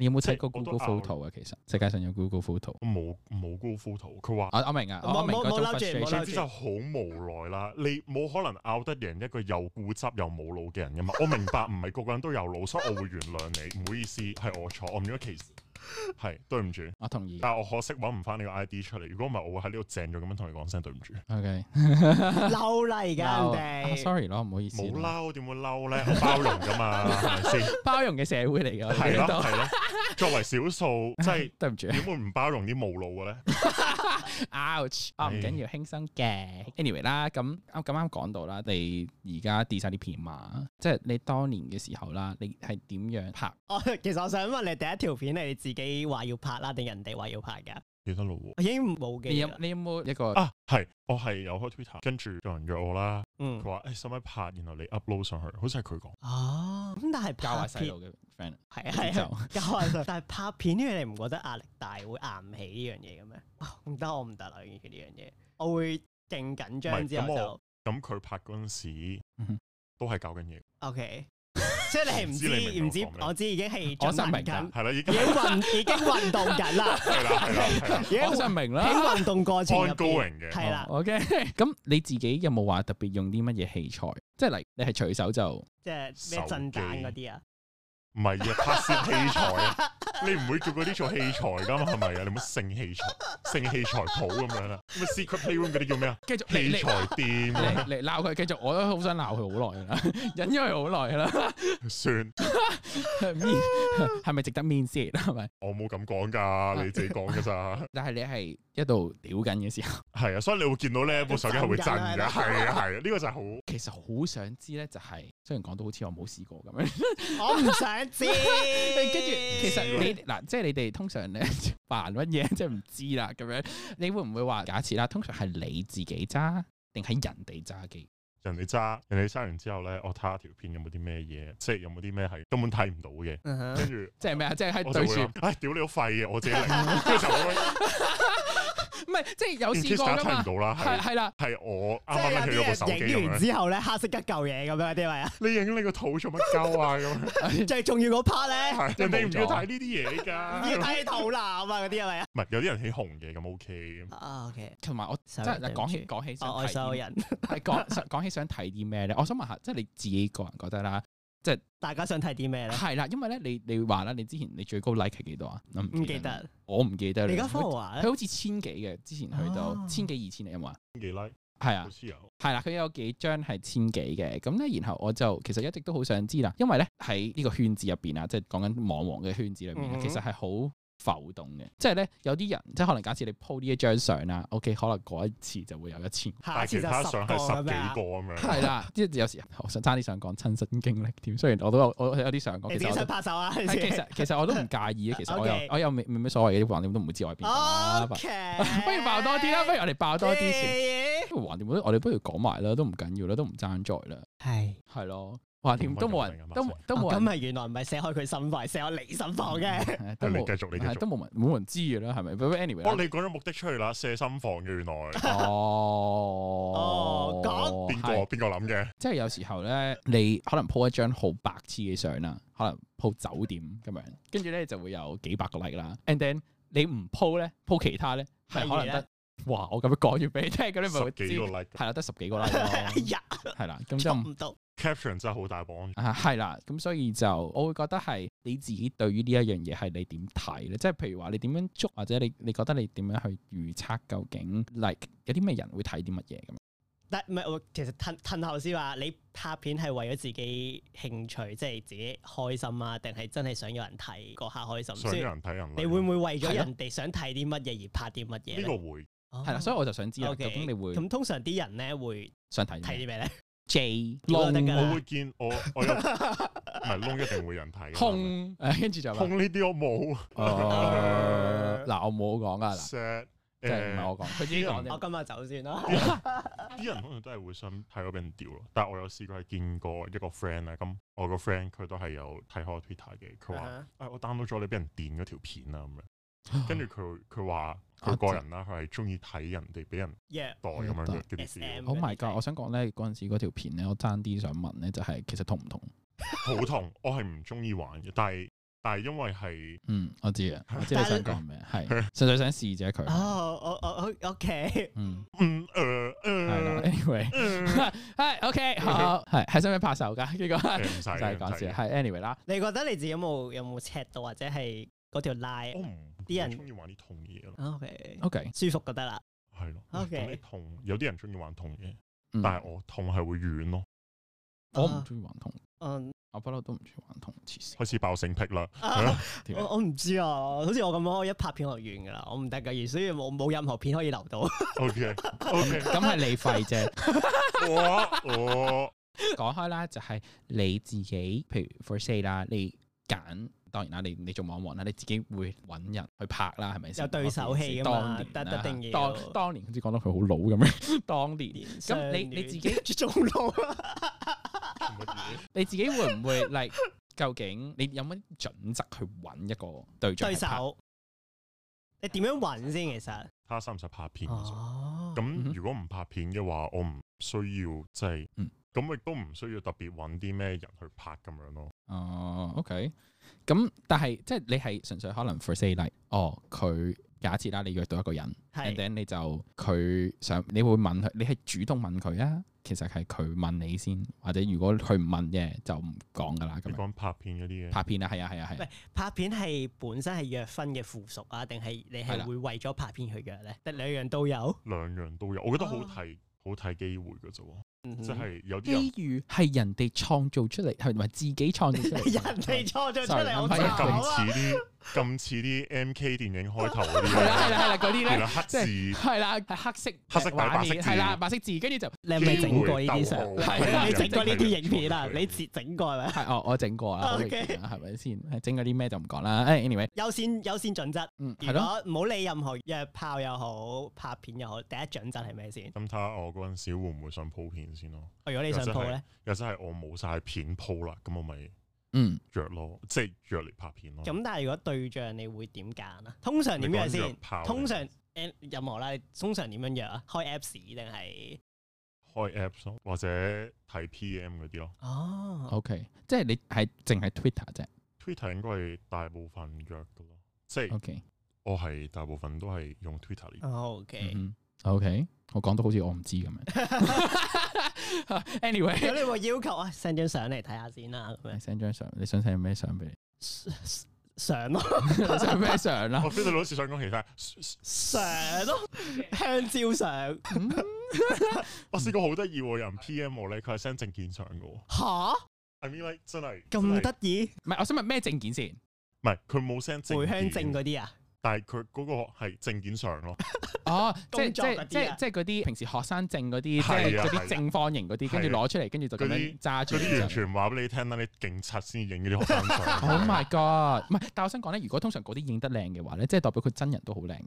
S1: 你有冇睇過
S3: 即係我都
S1: Google
S3: 拗
S1: Photo 啊？其實世界上有 Google Photo。
S3: 我冇冇高夫圖，佢話。
S1: 我我明啊，
S2: 冇
S1: 我明嗰
S2: 冇
S1: 種
S2: 冇嬲住冇嬲
S3: 總
S1: frustration
S2: 住。
S3: 之就好無奈啦，你冇可能拗得贏一個又固執又冇腦嘅人 噶嘛。我明白唔係個個人都有腦，所以我會原諒你。唔好意思，係我錯，我唔應該歧視。係對唔住，
S1: 我同意。
S3: 但係我可惜揾唔翻你個 ID 出嚟。如果唔係，我會喺呢度正咗咁樣同你講聲對唔住。
S1: OK，
S2: 嬲啦而家 人
S1: 啊
S2: 哋。
S1: sorry 咯，唔好意思。
S3: 冇，嬲，點會嬲咧？我 包容噶嘛，係咪先？
S1: 包容嘅社會嚟嘅，我
S3: 係
S1: 哋
S3: 咯，
S1: 都
S3: 係咯。 作為少數，即係
S1: 對唔住
S3: 點會唔包容啲冇腦嘅咧？
S1: ，ouch，啊唔
S3: 係
S1: 緊要，輕生嘅。anyway 啦，咁啱咁啱講到啦，你而家 d 晒啲片嘛，即係你當年嘅時候啦，你係點樣拍？
S2: 我其實我想問你第一條片你自己話要拍啦，定人哋話要拍㗎？
S3: 記得咯喎。
S2: 我已經冇
S1: 你
S2: 記
S1: 有
S2: 啦。
S1: 你有冇一個
S3: 啊，係，我係有開 Twitter，跟住有人約我啦。
S2: 嗯
S3: 佢，話：誒，使唔使拍？然後你 upload 上去，好似係佢講。
S2: 哦，咁但係
S1: 教
S2: 拍
S1: 下細
S2: 片
S1: 路嘅 friend？
S2: 係係
S1: 節奏
S2: 係教下細路，但係拍片呢樣你唔覺得壓力大會硬唔起呢樣嘢嘅咩？哇唔得，我唔得啦，完全呢樣嘢，我會勁緊
S3: 唔係
S2: 張之後
S3: 咁
S2: 就
S3: 咁佢拍嗰陣時
S1: 嗯哼，
S3: 都係搞緊嘢，
S2: OK。即係你係唔
S3: 唔知你
S2: 知
S3: 明
S2: 唔
S3: 唔明我講
S2: 知，
S3: 咩
S2: 我知已經係
S1: 我真
S2: 進
S1: 係
S2: 行
S1: 明
S2: 緊，
S3: 係啦，已
S2: 已
S3: 經
S2: 經運 已經運動緊啦，
S3: 係啦，係啦，係啦
S2: 已經
S1: 我想明
S2: 喺
S1: 啦。
S2: 運動過程入邊
S3: ，ongoing 嘅。
S2: 係啦，
S1: 哦，OK。咁你自己有冇話特別用啲乜嘢器材？即係嚟你係隨手就
S2: 即係咩震彈嗰啲啊？
S3: 唔係嘅，拍攝器材啊，你唔會叫嗰啲做器材噶嘛？係咪啊？你冇性器材、性器材鋪咁樣啦，咩 secret playroom 嗰啲叫咩啊？
S1: 繼續
S3: 器
S1: 你你
S3: 材店啊
S1: 嚟嚟鬧佢，繼續我都好想鬧佢好耐啦， 忍咗佢好耐啦，
S3: 算，
S1: 面係咪值得面先？係咪？
S3: 我冇咁講㗎，你自己講㗎咋？
S1: 但係你係一度屌緊嘅時候，
S3: 係啊，所以你會見到咧部手機係會震
S2: 震
S3: 㗎，
S2: 㗎
S3: 係啊，係啊，呢個就係好
S1: 其實好想知咧，就係雖然講到好似我冇試過咁 樣，
S2: 我唔想知。
S1: 跟
S2: 跟
S1: 住其 實你嗱，即係你哋通常咧 扮乜嘢，即係唔知啦咁樣，你會唔會話假設啦？通常係你自己揸定係人哋揸機？
S3: 人哋揸，人哋揸完之後咧，我睇下條片有冇啲咩嘢，即係有冇啲咩係根本睇唔到嘅，
S2: 嗯
S3: 跟住。
S1: 即係咩啊？即係喺
S3: 哦我就會
S1: 對住，
S3: 諗，唉，屌你好廢啊嘅，我自己嚟，跟住就咁
S1: 唔係即係有試
S3: 樣 in
S1: 過
S3: case 大
S1: 㗎
S3: 家睇唔
S1: 嘛？
S3: 到啦，
S1: 係
S3: 係
S1: 係啦，
S3: 係我
S2: 即係
S3: 啱啱拎起
S2: 有
S3: 咗部手機
S2: 啲人影
S3: 咁
S2: 完
S3: 樣，
S2: 之後咧，黑色一嚿嘢咁樣啲 咪啊？
S3: 你影你個肚做乜鳩啊咁樣，
S2: 最重要嗰 part 咧，
S3: 係人哋唔
S1: 冇咗
S3: 要睇呢啲嘢㗎，
S2: 要睇肚腩啊嗰啲係咪啊？
S3: 唔係有啲人起紅嘅咁 OK，
S2: 啊 OK，
S1: 同埋我即
S2: Sorry，
S1: 係講
S2: 對
S1: 起
S2: 唔
S1: 講起想
S2: 哦我愛
S1: 睇
S2: 所有
S1: 啲
S2: 人，
S1: 係講講起想睇啲咩咧？我想問下，即係你自己個人覺得啦，
S2: 大家想睇啲咩咧？
S1: 係啦，因為咧你你話啦，你之前你最高 like 係幾多啊？我
S2: 唔記
S1: 記啦，
S2: 得，
S1: 我唔記得
S3: 啊
S1: 啦。
S2: 你而家
S1: 佢
S2: follow 啊
S1: 佢
S2: 咧？
S1: 好似千幾嘅，之前去到
S2: 哦
S1: 千幾二千嚟有冇啊？
S3: 千幾 like
S1: 係
S3: 好
S1: 啊，
S3: 似有，
S1: 係啦，佢有幾張係千幾嘅，咁咧，然後我就其實一直都好想知啦，因為咧喺呢個圈子入邊啊，即係講緊網黃嘅圈子裏面啊，
S2: 嗯
S1: 其實係好浮動嘅，即係咧有啲人即係可能假設你 po 呢一張相啦，OK，可能嗰一次就會有一 千。
S3: 但係
S2: 下次
S3: 其
S2: 就
S3: 他
S2: 十個
S3: 相係十
S2: 咁
S3: 幾
S2: 樣
S3: 個
S2: 啊。
S3: 咁樣，
S1: 係啦，即係有時我想差啲想講親身經歷添，雖然我都有我有啲想講，
S2: 你
S1: 其
S2: 自
S1: 實
S2: 己
S1: 我都
S2: 想拍手 啊？
S1: 係 其實其實我都唔介意嘅，其實我又
S2: Okay
S1: 我又未未咩所謂嘅，橫掂都唔會知我喺邊啦。
S2: OK，
S1: 不 如爆多啲啦，不如我哋爆啊多啲先。
S2: 先。
S1: 不如橫掂都我哋不如講埋啦，都唔緊要啦，都唔爭在啦，
S2: 係。
S1: 係咯。橫掂都冇人，都都
S2: 哦
S1: 冇
S2: 咁
S1: 人，
S2: 係原來唔係寫開佢心肺，寫我你心房嘅。
S1: 係 都冇
S2: 啊
S3: 你繼續你繼續
S1: 係都冇人冇人知嘅啦，係咪？不過
S3: 哦，
S1: anyway
S3: 你講咗目的出去啦，射心房嘅原來，
S1: 啦哦
S2: 哦講
S3: 邊個
S1: 係
S3: 邊個諗嘅？
S1: 即係有時候咧，你可能 po 一張好白痴嘅相啦，可能 po 酒店咁樣，跟住咧就會有幾百個 like 啦。And then 你唔 po 咧，po 其他咧係可能
S2: 例如呢
S1: 得，哇！我咁樣講完俾你聽，咁你咪會
S3: 十幾個
S1: 知
S3: like
S1: 係啦，得十幾 個 like
S2: 哎
S1: 咯，
S2: 呀，
S1: 係啦，咁就
S2: 捉
S1: 唔
S2: 唔到。
S3: caption 真係好大幫，
S1: 啊係啦，咁所以就我會覺得係你自己對於呢一樣嘢係你點睇咧？即係譬如話你點樣捉，或者你你覺得你點樣去預測究竟 like 有啲咩人會睇啲乜嘢咁？
S2: 但唔係，我其實褪褪後先話，你拍片係為咗自己興趣，即係自己開心啊，定係真係想有人睇嗰下開心
S3: 想有
S2: 先？
S3: 人睇人
S2: 你
S3: like，
S2: 會唔會為咗
S1: 係啊
S2: 人哋想睇啲乜嘢而拍啲乜嘢
S3: 呢
S2: 咧？
S3: 個會
S1: 係啦，所以
S2: 以
S1: 我就想知啦，究
S2: 哦 OK，
S1: 竟你會
S2: 咁通常啲人咧會
S1: 想睇啲
S2: 睇
S1: 咩
S2: 啲咩咧？
S1: J
S2: 咁就得㗎啦
S3: 我會見我 我有唔係窿一定會有人
S1: 啊
S3: 睇㗎嘛，
S1: 空，誒跟住就話
S3: 空呢啲我冇
S1: 哦嗱，我冇講啊嗱，
S3: ，set
S1: 即係唔
S3: 誒
S1: 係我講，佢自己講
S2: 我
S1: 啫。
S2: 今日走先啦。
S3: 啲人可能都係會想睇我俾人屌咯，但係我有試過係見過一個 friend 咧，咁我個 friend 佢都係有睇開我 Twitter 嘅，佢話：，啊我 download 咗你俾人電嗰條片啊咁樣，跟住佢佢話佢個人啦，佢係中意睇人哋俾人
S2: Yeah，
S3: 代咁樣嘅嗰啲
S2: SM
S3: feel，
S1: Oh my god！我想講咧，嗰陣時嗰條片咧，我爭啲想問咧，就係其實痛唔痛？
S3: 好痛，我係唔中意玩嘅，但係但係因為係
S1: 嗯，我知啊，我知 你
S2: 但係
S1: 想講咩，係純粹想試啫佢。
S2: 哦，我我我 OK，
S1: 嗯，
S3: 嗯呃誒
S1: 係啦
S3: 誒
S1: ，anyway。
S3: 誒
S1: 系 OK，好系系使唔使拍手噶？呢個
S3: 誒
S1: 就
S3: 唔使
S1: 係講
S3: 嘅唔
S1: 笑，
S3: 使嘅
S1: 係啊 anyway 啦。
S2: 你覺得你自己有冇有冇尺度或者係嗰條 line？
S3: 啊我唔
S2: 啲人
S3: 中意玩啲痛嘅嘢咯，
S2: OK，
S1: OK，
S2: 舒服就得啦。
S3: 係咯，
S2: OK
S3: 咁你痛有啲人中意玩痛嘢，
S1: 嗯
S3: 但係我痛係會軟咯，
S1: 我唔中意玩痛，
S2: 嗯，
S1: 我不嬲都唔中意玩痛，黐線。
S3: 開始爆性癖啦。
S2: 啊
S1: 屌
S2: 我我唔知啊，好似我咁樣，我一拍片我就完噶啦，我唔得噶，而所以冇冇任何片可以留到。
S3: O K O K，
S1: 咁係你廢啫。
S3: 我我
S1: 講開啦，就係你自己，譬如 for say 啦，你揀當然啦，你你做網王啦，你自己會揾人去拍啦，係咪先？
S2: 有對手戲㗎嘛
S1: 當年啦
S2: 得得定要
S1: 當當年好似講到佢好老咁樣，當年。 咁你你自己
S2: 中路啊？
S3: 做乜嘢？
S1: 你自己會唔會 like？究竟你有乜準則去揾一個對象
S2: 對
S1: 去拍？
S2: 手，你點樣揾先？其實
S3: 他三十拍片嘅啫
S2: 哦，
S1: 嗯
S3: 咁如果唔拍片嘅話，我唔需要即係
S1: 嗯，
S3: 咁亦都唔需要特別揾啲咩人去拍咁樣咯。
S1: 哦，OK。咁但係即係你係純粹可能 for say like，哦，佢假設啦，你約到一個人，and
S2: 係
S1: then 你就佢想，你會問佢，你係主動問佢啊，其實係佢問你先，或者如果佢唔問嘅就唔講噶啦咁
S3: 你
S1: 樣。
S3: 講拍片嗰啲嘢，
S1: 拍片啊，係啊，係啊，係啊。
S2: 拍片係本身係約分嘅附屬啊，定係你
S1: 係啦
S2: 係會為咗拍片去約咧？得兩樣都有，
S3: 兩樣都有，我覺得好
S1: 啊
S2: 哦
S3: 睇好睇機會嘅啫喎，即
S1: 嗯
S2: 即
S3: 係有啲人
S1: 機遇係人哋創造出嚟，係咪自己創造出 嚟？
S2: 人哋錯咗 出
S1: Sorry，
S2: 嚟，
S1: 諗
S2: 我
S1: 翻一
S2: 炒
S3: 咁
S2: 啊！
S3: 似啲咁似啲 M K 電影開 頭嗰啲
S1: 係啦，係
S3: 嘢，
S1: 啦，係啦，嗰啲
S3: 原來
S1: 咧。
S3: 黑
S1: 即係
S3: 字
S1: 係啦，係黑色
S3: 黑色底
S1: 畫
S3: 白色
S1: 面
S3: 字
S1: 係啦，白色字，跟住就
S2: 你係咪整過呢啲相？
S3: 機會
S1: 逗號係啊
S2: 係你整過呢啲影片啊？
S3: 係啊
S2: 你自整過係咪？
S1: 係哦，我整過啦，好 明
S2: OK
S1: 顯啦，係咪先？係整嗰啲咩就唔講啦。誒，anyway，
S2: 優先優先準則，
S1: 嗯，係
S2: 如
S1: 咯，
S2: 果唔好理任何約炮又好，拍片又好，第一準則係咩先？
S3: 咁睇下我嗰陣時會唔會想鋪片先咯。
S2: 如果你想鋪咧，
S3: 又真係我冇晒片鋪啦，咁我咪
S1: 嗯，
S3: 約咯，即係約嚟拍片咯。
S2: 咁但係如果對象你會點揀啊？通常點樣
S3: 你講約
S2: 先？
S3: 炮
S2: 通常誒任何啦，你通常點樣約啊？開 Apps 定係
S3: 開 Apps 咯，或者睇 PM 嗰啲咯。
S2: 哦
S1: OK，即係你係淨係 Twitter 啫
S3: Twitter 應該係大部分約噶咯，即係
S1: ，OK，
S3: 我係大部分都係用 Twitter 嚟。
S2: OK？
S1: 嗯哼，OK，我講到好似我唔知咁樣。
S2: 咁
S1: anyway，
S2: 你會要求啊 send 張相嚟睇下先啦，咁
S1: 你
S2: 樣
S1: send 張相，你想 send 咩相俾你？
S2: 相咯
S1: 你想咩相啊啦
S3: 我？feel 到你好似想講其他，
S2: 相咯香蕉相
S1: 嗯
S3: 我試過好得意喎，有人 PM 我咧，佢係 send 證件相嘅喎。
S2: 吓
S3: I mean like 真係
S2: 咁，
S3: 真係
S2: 得意
S1: 唔係，我想問咩證件先？
S3: 唔係佢冇 send
S2: 回鄉證
S3: 證件，
S2: 嗰啲啊？
S3: 但係佢嗰個係證件相咯，
S1: 哦，即係
S2: 工
S1: 即
S2: 作嗰啲
S1: 係
S2: 啊
S1: 即係即係嗰啲平時學生證嗰啲，即係
S3: 係啊
S1: 嗰
S3: 係
S1: 啲
S3: 啊
S1: 正方形嗰啲，跟住
S3: 係啊
S1: 攞出嚟，跟住就咁樣揸住
S3: 嗰
S1: 嚟
S3: 啲完
S1: 影相。
S3: 全話俾你聽啦，你勁柒先影嗰啲學 生相。
S1: Oh my god！唔係，但我想講咧，如果通常嗰啲影得靚嘅話咧，即係代表佢真人都好靚，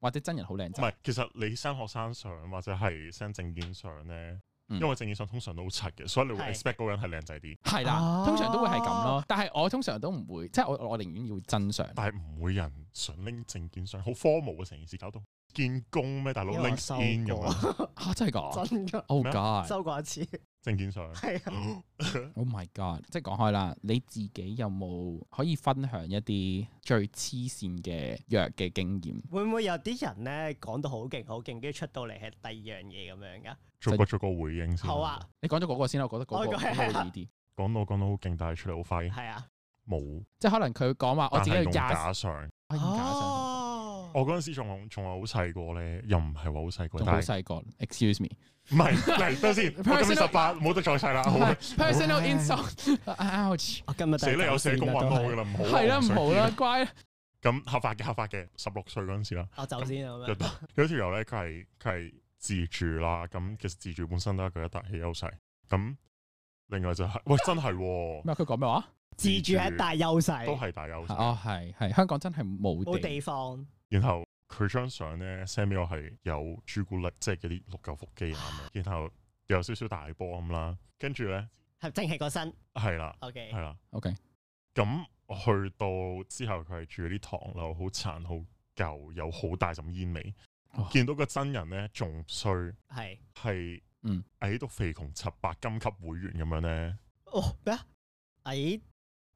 S1: 或者真人好靚
S3: 唔
S1: 仔。
S3: 係，其實你 send 學生相或者係 send 證件相咧，
S1: 嗯
S3: 因為證件相通常都好柒嘅，所以你會
S2: 係
S3: expect 嗰個人係靚仔啲，
S1: 係啦
S2: 哦，
S1: 通常都會係咁咯。但係我通常都唔會，即係我我寧願要真相。啊
S3: 但係唔會有人想拎證件相，好 formal 嘅成件事，搞到見工咩大佬啊
S2: 因為
S3: 拎
S2: 我收
S3: in 咁
S2: 過
S3: 樣
S1: 嚇真係
S3: 哦
S1: 㗎
S2: 真噶，
S1: ？Oh
S3: 咩啊
S1: god！Oh
S2: 收過一 次，
S3: 證 件相。
S2: 係啊。
S1: Oh my god！即係講開啦，你自己有冇可以分享一啲最黐線嘅藥嘅經驗？
S2: 會唔會有啲人咧講到好勁好勁，跟住出到嚟係第二樣嘢咁樣噶？
S3: 逐個逐個回應先。
S2: 好啊，，
S1: 你講咗嗰個先啦，我覺得嗰個
S2: 我
S1: 嗰個好易啲。
S3: 講到講到好勁，但係出嚟好快
S2: 係啊，
S3: 冇。
S1: 即係可能佢講話我
S3: 但
S1: 自己
S3: 係
S1: 去
S3: 用
S1: 廿，嗯
S3: 假相。
S1: 我已經假相，
S2: 哦
S3: 我嗰陣時仲仲係好細個咧，又唔係話好細個，
S1: 仲好
S3: 但係
S1: 細個。Excuse me。
S3: 唔係嚟等 陣先，我今年
S1: Personal-
S3: 十八，冇得再細啦。啊 好
S1: Personal insult，ouch！
S2: 我啊今日
S3: 死啦，有社工揾我噶
S2: 啦，
S3: 啦，唔好啊
S1: 係啦，
S3: 我
S1: 唔
S3: 想
S1: 好啦，乖啦。
S3: 咁合法嘅合法嘅，十六歲嗰陣時 啦。
S2: 我走先啊咁
S3: 有
S2: 樣。
S3: 得有條友咧，佢係佢係自住啦，咁其實自住本身都係佢一大嘅優勢。咁另外就係、 喂真係喎、
S1: 咩？佢講咩話？啊
S2: 自住係一大優勢，
S3: 都係大優勢。
S1: 哦，係係，香港真係冇
S2: 冇
S1: 地。
S2: 地方，
S3: 然後佢張相咧 send 俾我係有朱古力，即係嗰啲六嚿腹肌啊咁樣，然後又有少少大波咁啦，跟住咧
S2: 係淨係個身
S3: 係啦，
S2: ，OK，
S3: 係啦，
S1: OK，
S3: 咁我去到之後佢係住嗰啲唐樓，好殘好舊，有好大陣煙味
S1: 哇，
S3: 見到個真人咧仲衰，
S2: 係。
S3: 係
S1: 嗯
S3: 矮到肥窮柒白金級會員咁樣咧。
S2: 哦咩啊？矮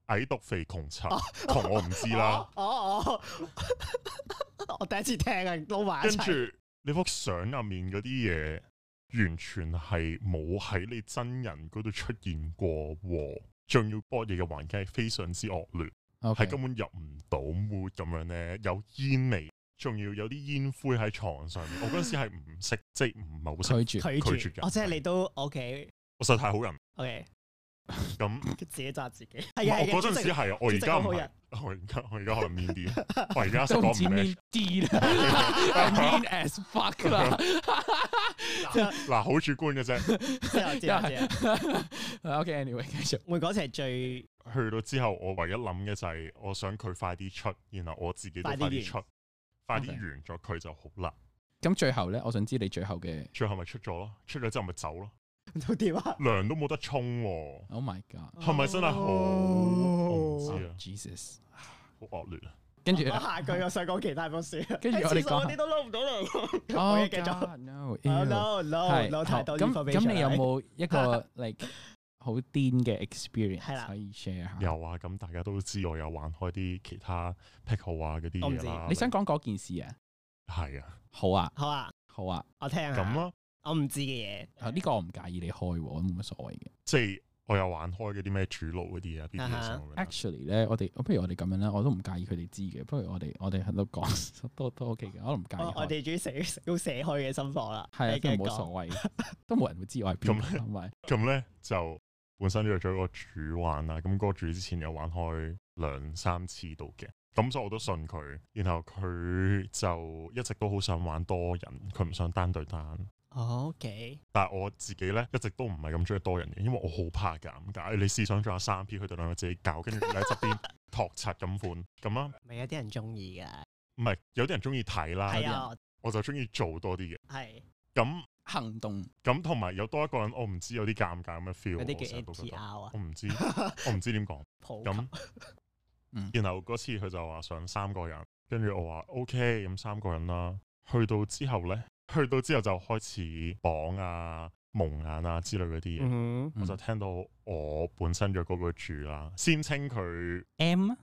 S3: 矮毒肥窮柒，窮我唔知啦。
S2: 哦哦哦， 我第一次聽啊，撈埋一
S3: 跟
S2: 齊。
S3: 住你幅相入面嗰啲嘢，完全係冇喺你真人嗰度出現過喎，仲要播嘢嘅環境係非常之惡劣，係
S1: OK，
S3: 根本入唔到 mood 咁樣咧，有煙味，仲要有啲煙灰喺床上面。我嗰陣時係唔識，即係唔係好識，
S1: 拒絕
S2: 拒絕
S3: 拒絕人
S2: 哦，即係你都 OK
S3: 我實在太好人。
S2: OK，
S3: 咁
S2: 自己揸自己。
S3: 唔
S2: 係啊，係
S3: 係
S2: 啊
S3: 我嗰陣時
S2: 主席
S3: 係，我而家唔
S2: 主席好好
S3: 係
S2: 人，
S3: 我而家我而家可能面啲，啊我而家識
S1: 都唔
S3: 講
S1: 知
S3: 唔咩
S1: mean 啲啦，mean as fuck 啦。
S3: 嗱，好主觀嘅啫。
S2: 知啊 知啊 知啊，
S1: OK，anyway，繼續。
S2: 我嗰次係最
S3: 去到之後，我唯一諗嘅就係我想佢快啲出，然後我自己都快
S2: 快啲
S3: 啲出，快啲
S1: OK
S3: 完咗佢就好啦。
S1: 咁最後咧，我想知你最後嘅
S3: 最後咪出咗咯，出咗之後咪走咯，
S2: 到點啊？
S3: 涼都冇得沖喎，
S1: ，Oh my God，Jesus，
S3: 係咪真係好？
S2: 哦
S3: 我唔知啊，好惡劣啊！
S1: 跟 住
S2: 我下句我想講其他本書，
S1: 跟住我哋
S2: 哎喺廁所
S1: 講
S2: 嗰啲都撈唔到嚟。
S1: 哦
S2: 我嘢繼續
S1: no，
S2: Oh, No no
S1: 係
S2: no，太多
S1: 咁
S2: information 哎
S1: 咁，你有
S2: 啦
S1: 冇一 個 like 好癲嘅 experience
S2: 係啦
S1: 可以 share 下？
S3: 有啊，咁大家都知我有玩開啲其他癖好啊嗰啲
S2: 我唔
S3: 嘢
S2: 知
S3: 啦。
S1: 你想講嗰件事啊？
S3: 係啊，
S1: 好啊，
S2: 好啊？
S1: 好啊，
S2: 我聽下
S3: 咁，咯，
S2: 我唔知嘅
S1: 啊呢個我唔介意你開喎，我冇乜所謂嘅。
S3: 即係我有玩開嗰啲咩主腦嗰啲啊，B B
S2: 啊
S3: 咁樣。
S1: Actually 咧，我哋不如我哋咁樣啦，我都唔介意佢哋知嘅。不如我哋我哋喺度講 多多 OK 嘅，我都唔介
S2: 嘢。
S1: 意
S2: 我我
S1: 開。
S2: 哋主要寫 要寫開嘅心房啦，
S1: 係啊，
S2: 你
S1: 都
S2: 繼續
S1: 冇
S2: 講
S1: 所謂，都冇人會知我係邊個，
S3: 咁
S1: 係咪？
S3: 咁咧就本身約咗個主玩啦，咁、嗰個主之前有玩開兩三次到嘅，咁所以我都信佢。然後佢就一直都好想玩多人，佢唔想單對單。
S2: 哦 OK，
S3: 但係我自己咧一直都唔係咁中意多人嘅，因為我好怕尷尬。你試想象下三 P 佢哋兩個自己搞，跟住你喺側邊托柒咁款咁啦。
S2: 咪有啲人中意噶，
S3: 唔係有啲人中意睇啦，
S2: 係啊，
S3: 我就中意做多啲嘅。
S2: 係
S3: 咁啊
S1: 行動
S3: 咁同埋有多一個人，我唔知有啲尷尬咁嘅 feel
S2: 嗰
S3: 我
S2: 啲
S3: 成
S2: 叫
S3: 日都覺得。
S2: NTR 啊，
S3: 我唔知，我唔知點講。
S2: 普及
S3: 咁，
S1: 嗯
S3: 然後嗰次佢就話上三個人，跟住我話 OK，咁三個人啦。去到之後呢，去到之後就開始綁啊、蒙眼啊之類嗰啲嘢，
S2: 嗯
S3: 我就聽到我本身約嗰個主啦，先稱佢
S1: M 啊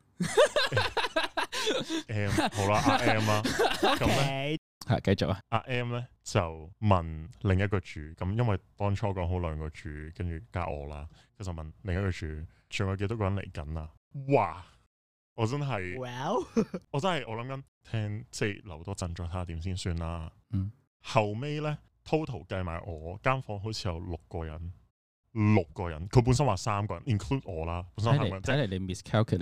S3: M 好啦，阿 M 啦，咁呢，
S2: ，OK，
S1: 係繼續啊。
S3: 阿 M 呢就問另一個主，咁因為當初講好兩個主，跟住加我啦，佢就問另一個主，仲有幾多個人嚟緊啊？哇！我真係〜
S2: Well，
S3: 我真係我諗緊聽，即係留多陣再睇下點先算啦。
S1: 嗯，
S3: 後尾咧 total 計埋我間房好似有六個人，六個人，佢本身話三個人，include 我啦，本身
S1: 睇
S3: 三個
S1: 嚟
S3: 人，即係
S1: 睇嚟你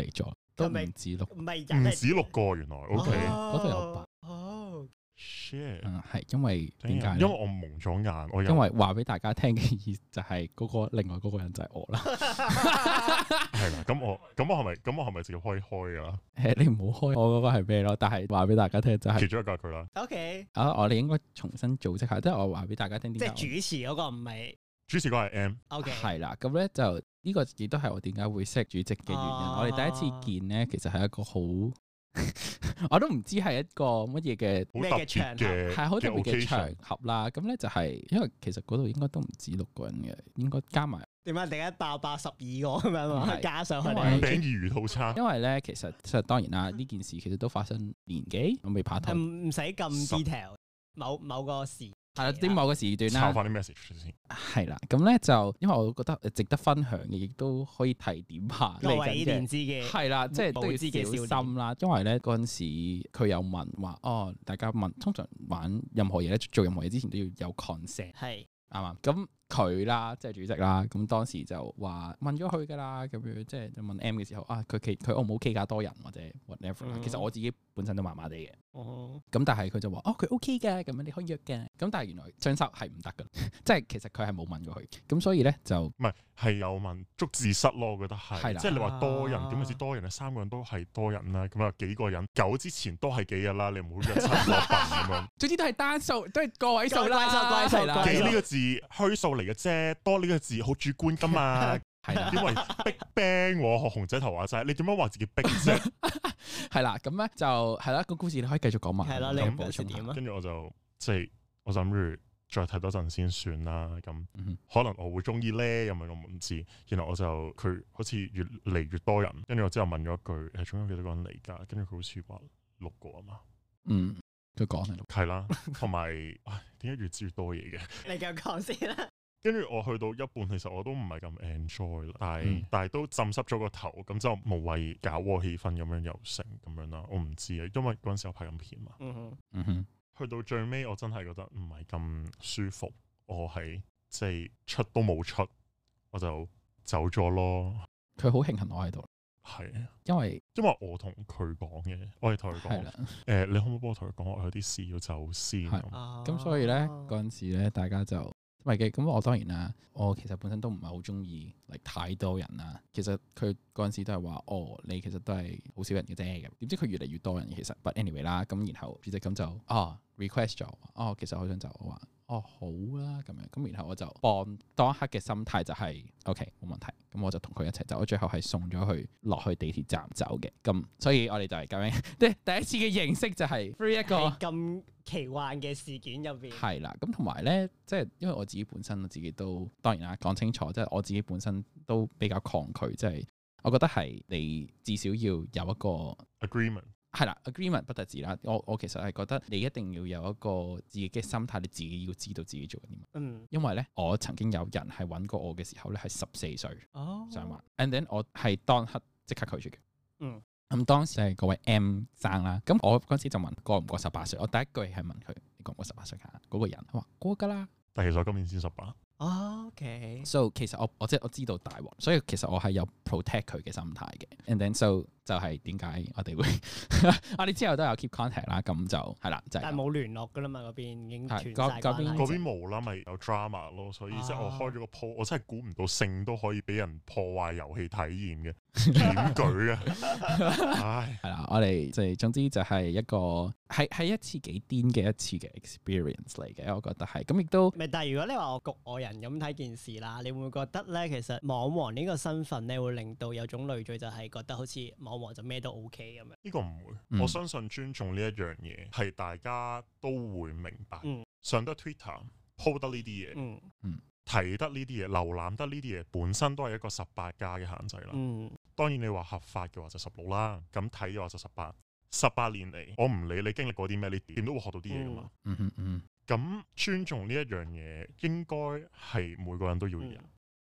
S1: miscalculate 咗，都
S2: 係咪
S1: 唔止六。
S2: 唔係
S3: 唔
S2: 人
S3: 止六個原來。O K，shit，
S1: 嗰度有八
S2: 哦，
S3: shit，
S1: 哦嗯，係因為點解
S3: 因
S1: 呢
S3: 為我蒙咗眼，我有
S1: 因為話俾大家聽嘅意 思就係嗰個另外嗰個人就係我啦。
S3: 係啦，咁我咁我係咪咁我係咪直接可以開噶啦？
S1: 誒，你唔好開我嗰個係咩咯？但係話俾大家聽就係、
S3: 其中一個係佢啦，
S2: OK，
S1: 啊，我哋應該重新組織下，即係我話俾大家聽
S2: 即
S1: 點
S2: 係
S1: 解
S2: 主持嗰個唔係
S3: 主持嗰個係 M，
S1: 我
S2: OK，
S1: 係啦。咁咧就呢個亦都係我點解會識主席嘅原因。
S2: 哦
S1: 我哋第一次見咧，其實係一個好， 我都唔知係一個乜嘢嘅。
S3: 好
S2: 咩
S3: 特
S2: 嘅場合
S3: 別嘅
S1: 係好特別嘅場
S3: occasion
S1: 合啦，咁咧就係、因為其實嗰度應該都唔止六個人嘅，應該加埋
S2: 點解突然間爆八十二個咁樣
S1: 唔
S2: 啊？
S1: 係
S2: 加上佢
S1: 因為
S2: 哋
S3: 餅魚魚套餐，
S1: 因為咧，其實其實當然啦，呢件事其實都發生年幾，我未拍拖，係
S2: 唔唔使咁 detail，某某個時
S1: 啦，啲某個時段
S3: 抄
S1: 啦，
S3: 翻啲 message 先。
S1: 係啦，咁咧就因為我覺得呃值得分享嘅，亦都可以提點下
S2: 各
S1: 嚟
S2: 位
S1: 緊嘅
S2: 年。資嘅，
S1: 係啦，即係
S2: 無
S1: 都要
S2: 知嘅
S1: 小
S2: 少
S1: 心啦，因為咧嗰陣時佢有問話，哦，大家問通常玩任何嘢咧，做任何嘢之前都要有 consent，
S2: 係
S1: 啊啱唔啱？咁佢啦，即係主席啦，咁當時就話問咗佢噶啦，咁樣即係問 M 嘅時候啊，佢企佢 O 唔 OK 加多人或者 whatever 啦。
S2: 嗯
S1: 其實我自己本身都麻麻地嘅，
S2: 哦，
S1: 咁但係佢就話哦佢 OK 嘅，咁樣你可以約嘅。咁但係原來張修係唔得噶， 即係其實佢係冇問過佢，咁所以咧就
S3: 唔係係有問足字室咯，我覺得
S1: 係
S3: 係，
S1: 啦
S3: 即係你話多人
S2: 啊
S3: 點為之多人咧？三個人都係多人啦，咁啊幾個人九之前都係幾日啦，你唔好約七 個笨咁
S1: 總之都係單數，都係個位數
S2: 個位數個
S1: 啦，
S2: 位數
S1: 係啦
S2: 個
S3: 樣。
S2: 位
S3: 幾
S2: 數
S3: 呢個字虛數嚟嘅啫，多呢個字好主觀噶嘛，
S1: 係啦
S3: 因為 Big Bang 喎學熊仔頭話齋，你點樣話自己 Big 啫？
S1: 係啦，咁咧就係啦，個故事你可以繼續講埋。
S2: 係啦，
S1: 咁
S2: 你
S1: 我
S2: 嘅
S1: 補
S2: 故事
S1: 充下
S2: 點啊？
S3: 跟住我就即係我就諗住再睇多陣先算啦，咁
S1: 嗯哼
S3: 可能我會中意咧，咁樣我唔知。然後我就佢好似越嚟越多人，跟住我之後問咗一句：誒總有幾多個人嚟㗎？跟住佢好似話六個啊嘛，
S1: 嗯，佢講係啦
S3: 係啦， 同埋唉點解越知越多嘢嘅？
S2: 你繼續講先啦。
S3: 跟住我去到一半，其實我都唔係咁 enjoy 啦，但係、
S1: 嗯
S3: 但係都浸濕咗個頭，咁就無謂搞和氣氛咁樣又成咁樣啦。我唔知啊，因為嗰陣時我拍緊片嘛。
S2: 嗯哼，
S1: 嗯哼，
S3: 去到最尾，我真係覺得唔係咁舒服，我係即係出都冇出，我就走咗咯。
S1: 佢好慶幸我喺度，
S3: 係，啊
S1: 因為
S3: 因為我同佢講嘅，我係同佢
S1: 係
S3: 講，誒、
S1: 啦。
S3: 你可唔可以幫我同佢講，我有啲事要走先
S1: 係
S3: 咁。
S1: 咁所以咧
S2: 哦
S1: 嗰陣時咧，大家就唔係嘅。咁我當然啦，我其實本身都唔係好中意嚟太多人啦。其實佢嗰陣時都係話，哦，你其實都係好少人嘅啫。咁點知佢越嚟越多人，其實。But anyway 啦，咁然後主席咁就哦 request 咗，哦其實我想走，我話哦好啦咁樣。咁然後我就當當刻嘅心態就係、OK 冇問題。咁我就同佢一齊走，我最後係送咗佢落去地鐵站走嘅。咁所以我哋就係咁樣，即係第一次嘅認識就係 free 一個。
S2: 喺咁奇幻嘅事件入邊，
S1: 係啦，咁同埋咧，即係因為我自己本身，我自己都當然啦，講清楚，即係我自己本身都比較抗拒，即係我覺得係你至少要有一個
S3: Agreement
S1: 係啦 agreement 不特止啦，我我其實係覺得你一定要有一個自己嘅心態，你自己要知道自己做緊啲乜。
S2: 嗯，
S1: 因為咧，我曾經有人係揾過我嘅時候咧，係十四歲
S2: 哦，
S1: 上環，and then 我係當刻即刻拒絕嘅。
S2: 嗯，
S1: 咁當時係嗰位 M 生啦，咁我嗰陣時就問過唔過十八歲，我第一句係問佢你過唔過十八歲㗎？嗰、個人佢話過㗎啦。
S3: 但其實我今年先十八，
S2: 哦，OK，
S1: so 其實我我即係我知道大鑊，所以其實我係有 protect 佢嘅心態嘅。And then so 就係點解我哋會 我哋之後都有 keep contact 啦，咁就係啦，就係
S2: 但
S1: 咁、
S2: 係冇聯絡噶啦嘛，嗰邊已經斷
S1: 係嗰
S2: 晒
S1: 嗰邊
S2: 關
S1: 嗯
S3: 嗰
S2: 係。
S3: 邊冇啦，咪有 drama 咯。所以即係我
S2: 啊
S3: 開咗個鋪，我真係估唔到性都可以俾人破壞遊戲體驗嘅 檢舉啊！唉，
S1: 係啦。我哋即係總之就係一個係係一次幾癲嘅一次嘅 experience 嚟嘅，我覺得係咁亦都
S2: 咪但係如果你話我局外人咁睇件事啦，你會唔會覺得咧？其實網王呢個身份咧，會令到有種累贅，就係覺得好似網王就咩都 OK 咁樣。
S3: 呢個唔會，
S1: 嗯
S3: 我相信尊重呢一樣嘢係大家都會明白。
S2: 嗯
S3: 上得 Twitter po 得呢啲嘢，
S2: 嗯
S3: 提得呢啲嘢，瀏覽得呢啲嘢，本身都係一個十八加嘅限制啦。
S2: 嗯
S3: 當然你話合法嘅話就十六啦，咁睇嘅話就十八。十八年嚟，我唔理你經歷過啲咩，你點都會學到啲嘢噶嘛。
S1: 嗯哼嗯
S3: 咁、尊重呢一樣嘢，應該係每個人都要有，
S2: 嗯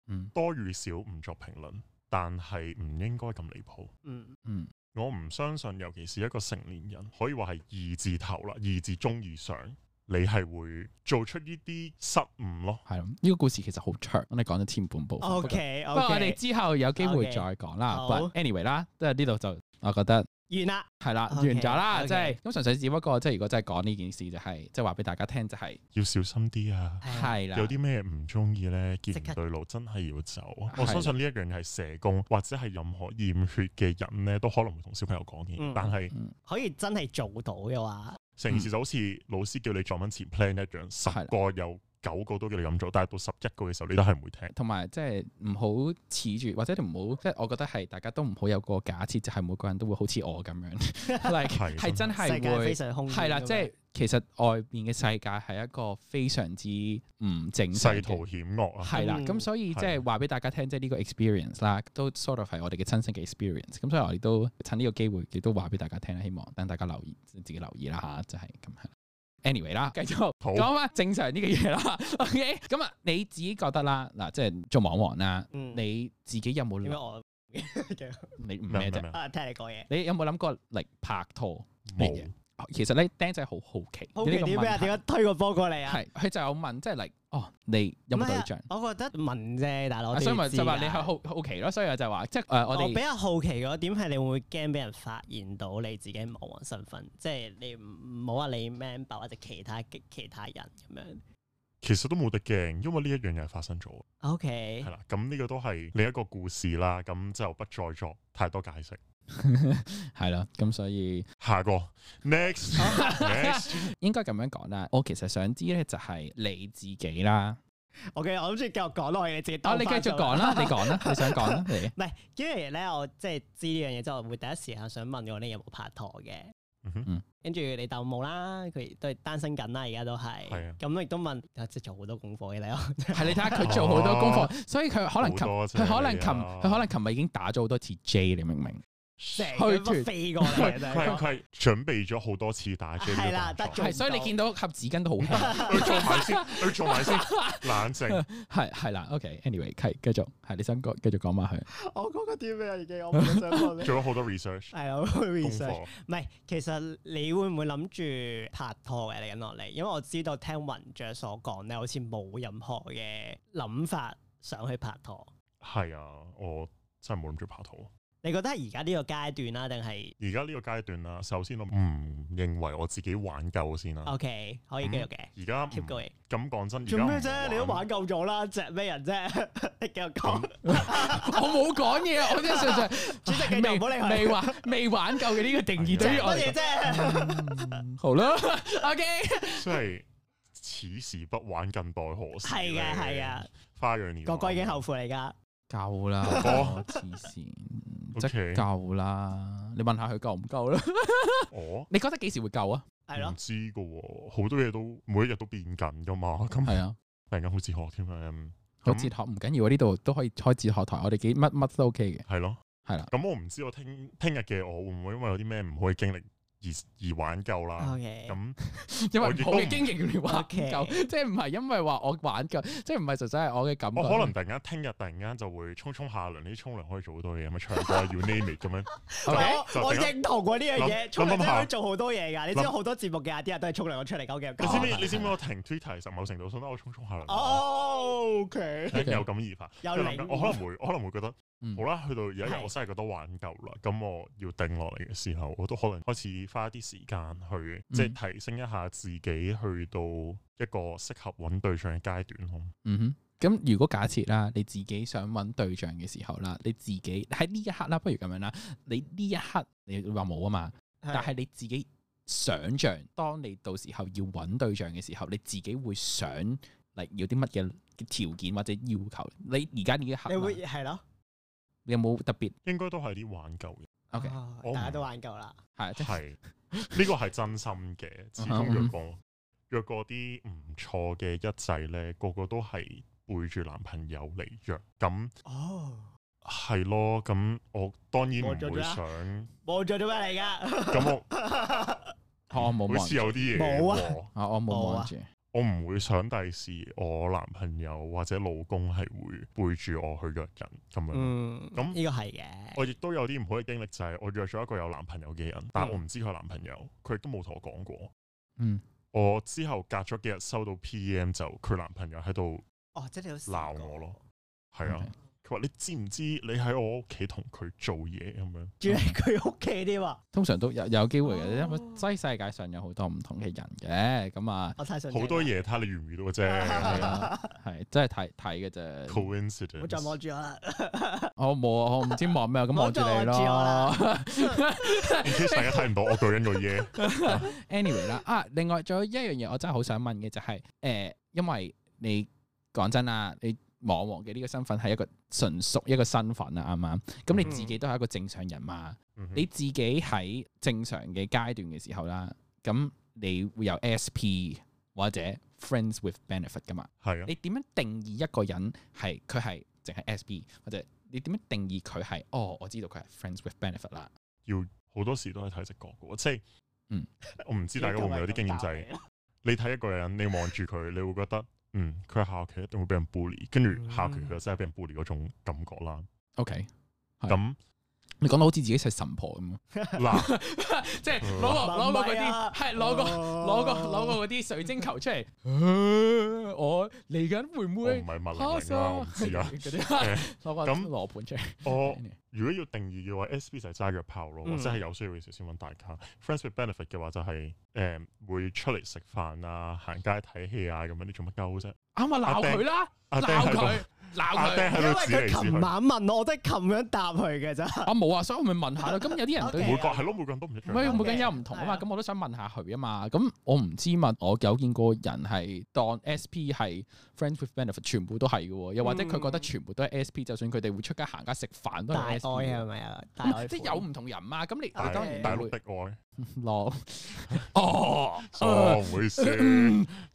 S1: 嗯
S3: 多與少唔作評論，但係唔應該咁離譜。
S2: 嗯
S1: 嗯
S3: 我唔相信，尤其是一個成年人，可以話係二字頭啦，二字中二上，你係會做出呢啲失誤咯。
S1: 係咯。呢個故事其實好長，我哋講咗前半部分。
S2: ，OK
S1: 不過我哋
S2: OK，
S1: 之後有機會再講啦。
S2: 好
S1: But anyway 啦，即係呢度就我覺得。
S2: 完啦。
S1: 係啦，完
S2: OK，
S1: 咗啦，
S2: OK
S1: 即係咁純粹，只不過即係如果真係講呢件事，就係即係話俾大家聽，就係
S3: 要小心啲啊！
S2: 係啊
S1: 係啦，
S3: 有啲咩唔中意呢？見
S2: 即刻
S3: 唔對路真係要走。
S1: 啊係
S3: 我相信呢一樣嘢係社工或者係任何驗血嘅人呢，都可能會同小朋友講嘢。
S2: 嗯
S3: 但係
S1: 嗯
S2: 可以真係做到嘅話，
S3: 成件事就好似老師叫你作文前 plan 一樣，十
S1: 係啦
S3: 個有九個都叫你咁做，但係到十一個嘅時候，你都係唔會聽。
S1: 同埋即係唔好恃住，或者你唔好即係我覺得係大家都唔好有個假設，就係每個人都會好似我咁樣， 係
S3: 係
S1: 係真係
S2: 世界非
S1: 會
S2: 常空
S1: 係啦，即係其實外面嘅世界係一個非常之唔正常嘅
S3: 世途險惡啊！
S1: 係啦，
S2: 嗯
S1: 咁所以
S3: 係
S1: 即係話俾大家聽，即係呢個 experience 啦，都 sort of 係我哋嘅親身嘅 experience。咁所以我哋都趁呢個機會，亦都話俾大家聽啦，希望等大家留意，自己留意啦吓，就係咁係啦。anyway 啦，繼續
S3: 好
S1: 講翻正常呢個嘢啦。OK，咁 啊，你自己覺得啦，嗱，即係做網王啦，
S2: 嗯
S1: 你自己有冇
S2: 點解
S1: 諗？
S2: 我
S1: 你唔
S3: 咩
S1: 咩
S3: 咩
S1: 啫？
S3: 咩
S2: 啊聽你講嘢
S1: 你有冇諗過嚟拍拖？咩嘢
S3: 冇
S1: 其實咧釘仔好好奇
S2: 好奇
S1: 呢個
S2: 啲咩啊？
S1: 問題
S2: 點解推個波過嚟啊？
S1: 係佢就有問，即係嚟哦，你有冇
S2: 唔係
S1: 對
S2: 啊
S1: 象？
S2: 我覺得問啫，大佬。
S1: 啊所以咪
S2: 你
S1: 就
S2: 話
S1: 話你係好好奇咯，所以我就話即係誒我
S2: 我比
S1: 哋
S2: 較好奇嗰點係你會唔會驚俾人發現到你自己網黃身份，即係你唔唔好話你 man 白或者其他其其他人咁樣。
S3: 其實都冇得驚，因為呢一樣嘢係發 生咗，
S2: O K，
S3: 係啦。咁呢個都係另一個故事啦，咁就不再作太多解釋。
S1: 係啦，咁所以
S3: 下個 next next，
S1: 應該咁樣講啦。我其實想知咧就係你自己啦。
S2: 我嘅我諗住繼續講落去，你自己兜
S1: 啊，你繼
S2: 返
S1: 續
S2: 上
S1: 講啦，你講啦，你想講啦，你
S2: 唔係，因為咧，我即係知呢樣嘢之後，我會第一時間想問我你有冇拍拖嘅。
S3: 嗯哼
S2: 跟住你豆冇啦，佢都係單身緊啦，而家都係。
S3: 係啊
S2: 咁亦都問，啊即係做好多功課嘅 你。
S1: 係你睇下佢做好多功課，所以佢可能琴
S3: 好多謝
S1: 佢可能琴
S3: 你啊
S1: 佢可能琴日已經打咗好多次 J，你明唔明？
S2: 成個
S1: 團
S2: 飛過嚟啊真
S3: 佢係
S2: 係，
S3: 佢係準備咗好多次打 J
S2: 係啦
S3: 呢個
S2: 得
S3: 動
S2: 做
S3: 作，
S1: 係，所以你見到盒紙巾都好輕，
S3: 佢做 埋先，佢做埋先，冷靜。
S1: 係係啦。OK，anyway，係繼續係你想講繼續講埋佢。
S2: 我講緊啲咩啊？已經我唔想 講你。
S3: 做咗好多 research
S2: 係啊我
S3: 功
S2: research
S3: 課，
S2: 唔係，其實你會唔會諗住拍拖嘅？你緊落嚟，因為我知道聽雲雀所講咧，好似冇任何嘅諗法想去拍拖。
S3: 係啊，我真係冇諗住拍拖。
S2: 你覺得係而家呢個階段啦，定係
S3: 而家呢個階段啦，首先我唔認為我自己玩夠
S1: 嗯
S3: 先啦。
S2: OK 可以繼續嘅
S3: 而家唔
S2: ，keep going。
S3: 咁講真，而家
S2: 做咩
S3: 唔
S2: 啫？你都玩夠咗啦，隻咩人啫？你 繼續講
S3: 咁，
S1: 我冇講嘢，我真係純 粹
S2: 主席你就唔好理佢
S1: 未玩未玩夠嘅 呢個 定義對於我
S2: 乜
S1: 嚟
S2: 嘢
S1: 講。
S2: 啫？
S1: 嗯好啦，OK，
S3: 即係此時不玩近待何時？
S2: 係嘅，係啊嘅，。
S3: 花樣年華
S2: 個個已經後悔嚟噶。
S1: 夠 啦，
S3: 哦
S1: 黐線，即
S3: OK
S1: 係夠啦。你問下佢夠唔夠啦？
S3: 我
S1: 你覺得幾時會夠啊？
S2: 係咯
S3: 唔，知嘅喎，好多嘢都每一日都變緊噶嘛。咁
S1: 係啊，
S3: 突然間好哲學添啊，嗯
S1: 好
S3: 咁
S1: 哲學唔緊要啊，呢度都可以開哲學台，我哋幾乜乜都 OK 嘅，
S3: 係咯。
S1: 係啦。
S3: 咁我唔知我聽聽日嘅我會唔會因為有啲咩唔好嘅經歷而而玩夠
S1: 嗯
S3: 啦。
S1: 啊
S2: OK，
S3: 咁 啊
S1: 因為
S3: 我亦
S1: 冇
S3: 都
S1: 嘅
S3: 唔
S1: 經驗你玩唔
S2: OK
S1: 夠，即係唔係因為話我玩夠，即係唔係純粹係我嘅感覺。嗯
S3: 我可能突然間聽日突然間就會沖沖下涼，呢啲沖涼可以做好多嘢，咁樣唱 歌 you name it 咁樣。
S2: 我
S1: OK，
S2: 我認同喎呢樣嘢，
S3: 諗
S2: 沖涼真
S3: 諗
S2: 係
S3: 諗
S2: 可
S3: 下
S2: 以做好多嘢㗎。你知
S3: 諗
S2: 好多節目嘅 idea 都係沖涼出嚟搞嘅。
S3: 你知唔知
S1: 哦
S3: 你知唔知我停 Twitter 其實某程度上都我沖沖下涼。
S2: 哦，OK，
S1: OK
S3: 有感而發，
S2: 有
S3: 即係諗
S2: 領
S3: 緊我可能會，我可能會覺得，
S1: 嗯
S3: 好啦，去到而家
S2: 係
S3: 我真係覺得玩夠啦，咁我要定落嚟嘅時候，我都可能開始花啲時間去，即
S1: 嗯
S3: 係提升一下自己，去到一個適合揾對象嘅階段咯。
S1: 嗯哼，咁如果假設啦，你自己想揾對象嘅時候啦，你自己喺呢一刻啦，不如咁樣啦，你呢一刻你話冇啊嘛，但係你自己想像，當你到時候要揾對象嘅時候，你自己會想嚟要啲乜嘢嘅條件或者要求？你而家呢一刻
S2: 你
S1: 啦，
S2: 會係咯
S1: 你有冇特別
S3: 應該都係啲玩夠嘅，
S1: ？OK，
S2: 哦
S3: 我唔
S2: 大家都玩夠啦。
S1: 係即係
S3: 係呢個係真心嘅。始終若果若果啲唔錯嘅一仔呢，個個都係背住男朋友嚟約，咁
S2: 哦，
S3: 係咯，咁我當然
S2: 我做咗
S3: 唔會
S2: 啦
S3: 想，
S2: 望咗做咩嚟㗎？
S3: 咁我。
S1: 我冇
S3: 好
S1: 望
S3: 似
S1: 住，
S3: 有啲嘢
S2: 冇啊
S3: 喎，
S1: 啊我冇
S2: 冇啊
S1: 望住，
S3: 我唔會想第時我男朋友或者老公係會背住我去約人咁樣。
S2: 嗯，
S3: 咁
S2: 呢個係嘅。
S3: 我亦都有啲唔好嘅經歷，就係、我約咗一個有男朋友嘅人，但係我唔知佢男朋友，佢亦都冇同我講過。
S1: 嗯，
S3: 我之後隔咗幾日收到 P.M. 就佢男朋友喺度
S2: 哦，即係你都試
S3: 鬧
S2: 過
S3: 我咯。係啊，佢話你知唔知你喺我屋企同佢做嘢咁樣？
S2: 住喺佢屋企添啊喎。
S1: 通常都有有機會嘅，因為
S2: 哦
S1: 西世界上有好多唔同嘅人嘅，咁 啊
S2: 我太信你
S3: 好多
S2: 啦，
S3: 嘢睇下你遇唔遇到嘅啫。
S1: 係啊，係真係睇睇嘅啫。
S2: 唔好再
S3: Coincidence
S2: 望住我啦。
S1: 我冇，啊我唔知望咩，咁望住你
S2: 望住
S1: 咯。
S3: in case 大家睇唔到我舉緊個嘢，
S1: anyway 啦，啊，另外仲有一樣嘢，我真係好想問嘅就係、呃因為你講真啊，你網王嘅呢個身份係一個純屬一個身份啊，啱唔啱？咁你自己都係一個正常人嘛？
S3: 嗯哼
S1: 你自己喺正常嘅階段嘅時候啦，咁你會有 SP 或者 friends with benefit 噶嘛？
S3: 係啊。
S1: 你點樣定義一個人係佢係淨係 SP 或者你點樣定義佢係？哦，我知道佢係 friends with benefit 啦。
S3: 好多時都係睇直覺嘅喎，即係，
S1: 嗯，
S3: 我唔知大家會唔會有啲經驗 就係，你睇一個人，你望住佢，你會覺得，嗯，佢下學期一定會俾人 bully，跟住下學期佢就真係俾人 bully 嗰種感覺啦。
S1: OK，係
S3: 咁
S1: 你講到好似自己係神婆咁啊，
S3: 嗱，
S1: 即
S3: 嗯
S1: 係攞個攞個嗰
S2: 唔係啊
S1: 啲係攞個
S2: 哦
S1: 攞個攞個嗰啲水晶球出嚟，啊我嚟 緊會唔
S3: 我唔
S1: 會
S3: 係物
S1: pass
S3: 零零啦，
S1: 啊
S3: 我唔知啊。
S1: 嗰啲 攞個
S3: 咁
S1: 羅盤出嚟，
S3: 我如果要定義嘅話，SB 就係揸腳炮咯，
S2: 嗯
S3: 或者係有需要嘅時候先揾大家。Friends with benefit 嘅話就係、誒、會出嚟食飯啊、行街睇戲啊咁樣，你做乜鳩啫？
S1: 啱啊鬧佢啦，
S3: 阿
S1: 鬧
S3: 爹喺
S1: 佢
S3: 度，
S1: 鬧
S3: 阿
S1: 佢
S3: 爹。
S2: 因為
S3: 喺度指嚟
S2: 佢
S3: 指
S2: 琴
S3: 去。
S2: 晚問我，我真係咁樣答 佢嘅咋。
S1: 啊冇啊，所以我咪問下咯。咁有啲人對
S2: 啊
S3: 每個係咯，每個人都唔一
S1: 唔係
S3: 樣。
S1: 每個人有唔同啊嘛，
S2: 係啊
S1: 咁我都想問下佢啊嘛。咁我唔知嘛，我有見過人係當 SP 係 friends with benefit，全部都係嘅喎。又或者佢
S3: 嗯
S1: 覺得全部都係 SP，就算佢哋會出街行街食飯都
S2: 大愛
S1: 係 SP
S2: 係
S1: 嘅。
S2: 咪啊？大愛
S1: 咁即係有唔同人嘛？咁你你
S3: 大
S1: 當
S2: 你
S3: 大
S1: 然
S3: 陸
S1: 會
S3: 的愛，
S1: 落哦。
S3: 哦，唔 好意思，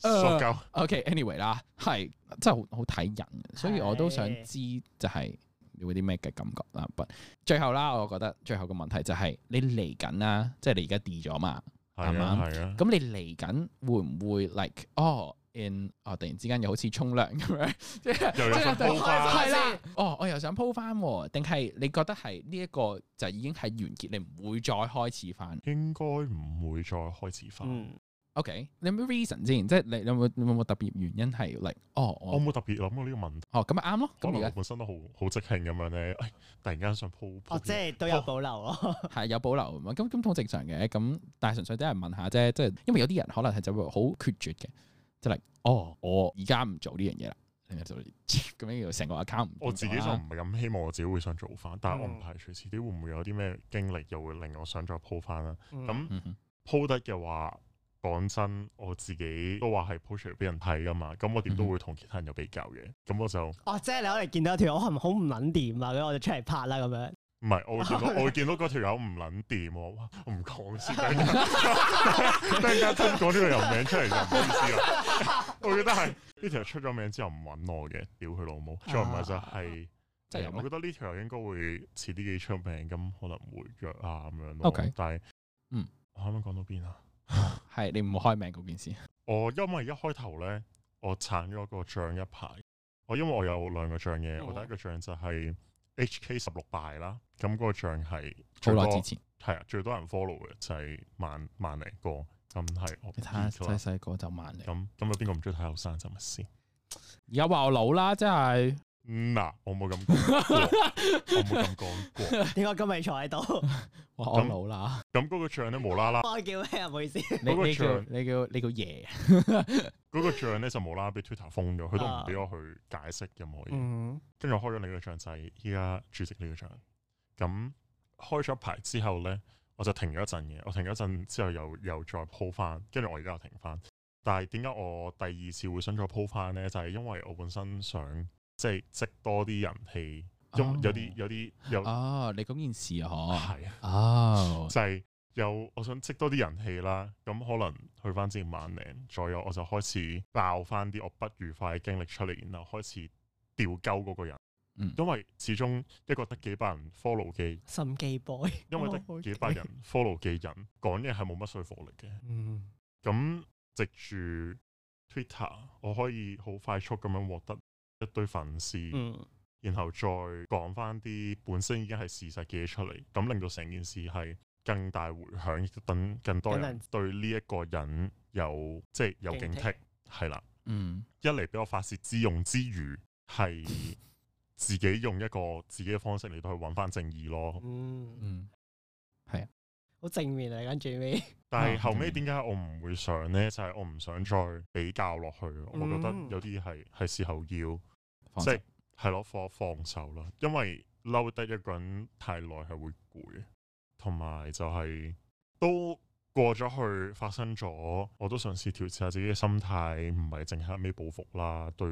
S1: 呃
S3: 塑膠
S1: OK，anyway 啦，係真係好好睇人，所以我都想
S2: 係
S1: 知就係你會啲咩嘅感覺啦。不，最後啦，我覺得最後嘅問題就係你嚟緊啦，即係你而家 D 咗嘛。
S3: 係啊係啊。
S1: 咁你嚟緊會唔會 like 哦 in 哦突然之間又好似沖涼咁樣， 即係
S3: 又有
S1: 即係
S3: 想
S1: 突然
S3: 鋪返
S1: 係啦，哦我又想鋪翻喎，定係你覺得係呢一個就已經係完結，你唔會再開始翻
S3: 應該唔會再開始翻。
S2: 嗯，
S1: ？OK，你有冇 reason 先？即係你有冇你有冇特別原因係 like 哦
S3: 我
S1: 我
S3: 冇特別諗過呢個問題，
S1: 哦咁咪啱咯，
S3: 可
S1: 咁
S3: 能
S1: 而
S3: 我
S1: 家
S3: 本身都好好即興咁樣咧，哎突然間想鋪鋪
S2: 哦，即係都有保留咯。
S1: 係有保留咁樣咁咁好正常嘅，咁但係純粹都係問下啫，即係因為有啲人可能係就會好決絕嘅，即係 like 哦我而家唔做呢樣嘢啦，就咁樣叫成個 account 唔
S3: 我自己
S1: 見咗
S3: 就
S1: 啦
S3: 唔係咁希望我自己會想做翻，但係我唔
S2: 嗯
S3: 排除遲啲會唔會有啲咩經歷又會令我想再鋪翻啦。咁
S1: 嗯哼
S3: 鋪得嘅話，講真，我自己都話係 po 出嚟俾人睇噶嘛，咁我點都會同其他人有比較嘅。咁我就唔
S2: 哦，即係你可能見到一條我係咪好唔撚掂啊？咁我就出嚟拍啦咁樣。
S3: 係，我會見到我會見到嗰條友唔撚掂喎，哇！我唔講先，突然間 突然間真講呢個人名出嚟就唔好意思啦。我記得係呢條友出咗名之後唔揾我嘅，屌佢老母！再唔係就係。
S1: 即係啊
S3: 誒
S1: 有咩
S3: 我覺得呢條友應該會遲啲幾出名，咁可能會約啊咁樣咯。
S1: OK
S3: 但係，
S1: 嗯，
S3: 我啱啱講到邊啊？
S1: 係你唔好開名嗰件事。
S3: 我因為一開頭咧，我撐咗個醬一排。我因為我有兩個醬嘅，
S2: 哦
S1: 嗯
S3: 我第一個醬就係 HK 十六敗啦，咁嗰個醬係
S1: 好
S3: 最
S1: 耐
S3: 多
S1: 之前，
S3: 係啊，最多人 follow 嘅就係萬萬零個，咁係我
S1: 你睇下
S3: beat 啦
S1: 細細個就慢嚟。
S3: 咁咁有邊個唔中意睇後生仔咪先？
S1: 而家話我老啦，真係
S3: 嗱，我冇咁講 過，我冇咁講過。
S2: 點解今日坐喺 度？
S1: 哇我
S3: 咁
S1: 老啦。
S3: 咁嗰個醬咧無啦啦。
S2: 我叫咩啊？唔好意思。
S1: 你
S3: 嗰個
S1: 你叫
S3: 場
S1: 你叫你叫爺，啊
S3: 嗰個帳咧就無啦啦俾 Twitter 封咗，佢都
S2: 啊
S3: 唔俾我去解釋任何嘢。
S2: 嗯，
S3: 跟住、我開咗另一個帳，就係依家主席呢個帳。咁開咗一排之後咧，我就停咗一陣嘅。我停咗一陣之後又又再鋪翻，跟住我而家又停翻。但係點解我第二次會想再鋪翻咧？就係、因為我本身想即係積多啲人氣，因
S1: 哦
S3: 有啲有啲有係
S1: 哦，你嗰件事啊嗬，
S3: 啊。
S1: 哦，
S3: 就係有我想積多啲人氣啦，咁可能去翻之前萬零左右，我就開始爆翻啲我不愉快嘅經歷出嚟，然後開始掉鳩嗰個人，
S1: 嗯
S3: 因為始終一個得幾百人 follow 嘅，
S2: 心機 boy。
S3: 因為
S2: 哦
S3: 得幾百人 follow 嘅人講嘢係冇乜說服力嘅，
S2: 嗯。
S3: 咁藉住 Twitter 我可以好快速咁樣獲得一堆粉絲。
S2: 嗯。
S3: 然後再講翻啲本身已經係事實嘅嘢出嚟，咁令到成件事係更大迴響，亦都等更多人對呢一個人有即係有警
S2: 警惕
S3: 惕，係啦。
S1: 嗯，
S3: 一嚟俾我發泄之用之餘，係自己用一個自己嘅方式嚟到去揾翻正義咯。
S2: 嗯。
S1: 嗯，
S2: 好正面啊！跟住尾。
S3: 但係
S1: 嗯
S3: 後尾點解我唔會上呢？就係、我唔想再比較落去，我覺得
S2: 嗯
S3: 有啲係係時候要。
S1: 放
S3: 即
S1: 心
S3: 係係咯，放放手啦，因為嬲得一個人太耐係會攰嘅，同埋就係、都過咗去發生咗，我都嘗試調節下自己嘅心態，唔係淨係一味報復啦，對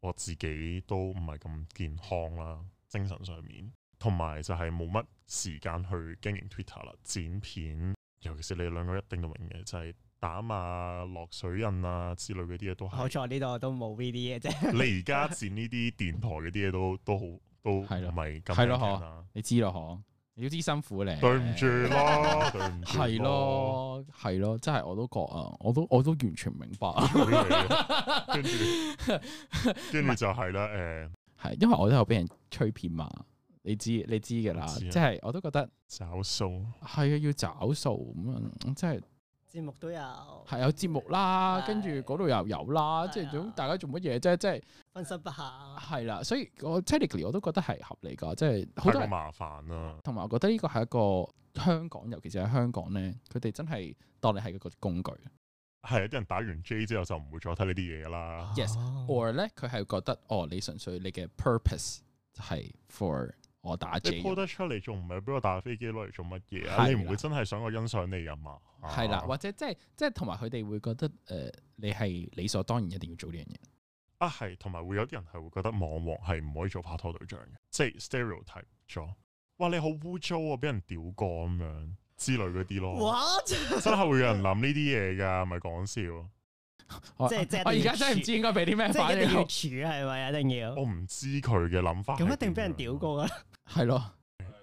S3: 我自己都唔係咁健康啦，精神上面，同埋就係冇乜時間去經營 Twitter 啦，剪片，尤其是你兩個一定都明嘅，就係、打碼、落水印啊之類嗰啲嘢都係
S2: 好。彩呢度都冇呢啲嘢啫。
S3: 你而家剪呢啲電台嗰啲嘢都都好都唔
S1: 係咯
S3: 係咁
S1: 係咯
S3: 聽啦，
S1: 你知咯嗬，你都知辛苦咧。
S3: 對唔住咯，對唔住，
S1: 係，咯，係咯，真係我都覺啊，我都我都完全明白啊，
S3: 屌你 跟住跟住就係啦，誒，
S1: 係因為我都有俾人吹騙嘛，你知你知㗎啦，
S3: 我知
S1: 即
S3: 啊
S1: 係我都覺得
S3: 找數
S1: 係啊，要找數咁樣，即係
S2: 節目都有
S1: 係有節目啦，
S2: 係
S1: 跟住嗰度又有啦，即係
S2: 係啊
S1: 總大家做乜嘢啫？即係
S2: 分身不下，
S1: 係啦，所以我 technically 我都覺得係合理㗎，即係好
S3: 太
S1: 多
S3: 過
S1: 人
S3: 麻煩啊啦。
S1: 同埋我覺得呢個係一個香港，尤其是喺香港咧，佢哋真係當你係一個工具。
S3: 係啲人打完 J 之後就唔會再睇呢啲嘢啦。
S1: Yes，
S2: 哦
S1: or 咧佢係覺得哦，你純粹你嘅 purpose 就係 for 我打
S3: 你
S1: J，啊
S3: po 得出嚟仲唔係俾我打飛機攞嚟做乜嘢
S1: 係啦
S3: 啊？你唔會真係想我欣賞你啊嘛？
S1: 係啦，
S3: 啊
S1: 或者即係即係同埋佢哋會覺得誒、呃你係理所當然一定要做呢樣嘢。
S3: 啊係，同埋會有啲人係會覺得網黃係唔可以做拍拖對象嘅，即係 stereotype 咗。哇！你好污糟啊，俾人屌過咁樣之類嗰啲咯，
S2: ，what？
S3: 真係會有人諗呢啲嘢㗎，咪講笑。
S1: 我
S2: 即係即係
S1: 我而家真係唔知應該俾啲咩
S2: 即係
S1: 反
S2: 一定要
S1: 應
S2: 處，係咪？一定要
S3: 我唔知佢嘅諗法係點樣，
S2: 咁一定俾人屌過噶。
S1: 係咯，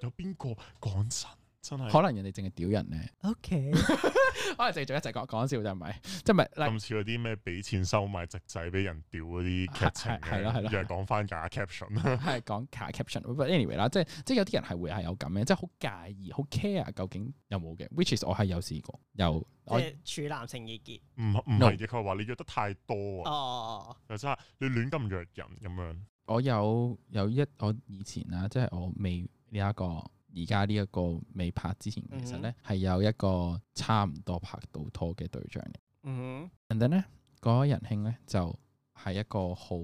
S3: 有邊個講真真係
S1: 可能人哋淨係屌人咧，
S2: OK，
S1: 可能淨係做一齊講講笑就唔係， 即係咪嗱
S3: 咁似嗰啲咩俾錢收買直仔俾人屌嗰啲劇情
S1: 係係係咯係
S3: 嘅
S1: 咯，
S3: 又係講翻假 caption
S1: 係講假 caption，but anyway 啦，即係即係有啲人係會係有咁嘅，即係好介意、好 care 究竟有冇嘅，which is 我係有試過，有我
S2: 即係處男情意結。
S3: 唔唔
S1: No
S3: 係嘅，佢話你約得太多啊，
S2: 哦，
S3: 又真係你亂咁約人咁樣。
S1: 我有有一我以前啊，即係我未呢一個而家呢一個未拍之前，其實咧係有一個差唔多拍到拖嘅對象嘅。
S2: 嗯
S1: 人哋咧嗰位仁兄咧就係一個好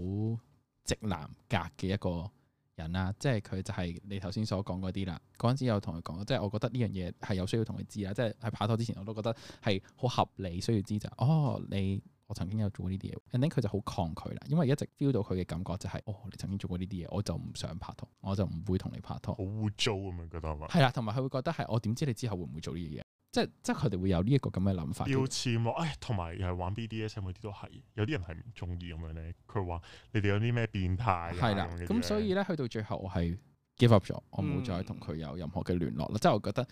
S1: 直男格嘅一個人啦，即係佢就係你頭先所講嗰啲啦。嗰陣時有同佢講，即係我覺得呢樣嘢係有需要同佢知啦，即係喺拍拖之前我都覺得係好合理需要知就係哦你。我曾經有做過呢啲嘢，and then 佢就好抗拒啦，因為一直 feel 到佢嘅感覺就係、哦，你曾經做過呢啲嘢，我就唔想拍拖，我就唔會同你拍拖
S3: 好。啊污糟咁樣覺得係嘛？
S1: 係啦，同埋佢會覺得係我哦點知你之後會唔會做呢啲嘢？即係即係佢哋會有呢一個咁嘅諗法嘅。
S3: 標籤咯，唉，哎同埋又係玩 BDSM 嗰啲都係，有啲人係唔中意咁樣咧。佢話你哋有啲咩變態啊
S1: 係啦，
S3: 嗰啲
S1: 咁所以
S3: 咧
S1: 咧，去到最後我係 give up 咗，我冇
S2: 嗯
S1: 再同佢有任何嘅聯絡啦。即係我覺得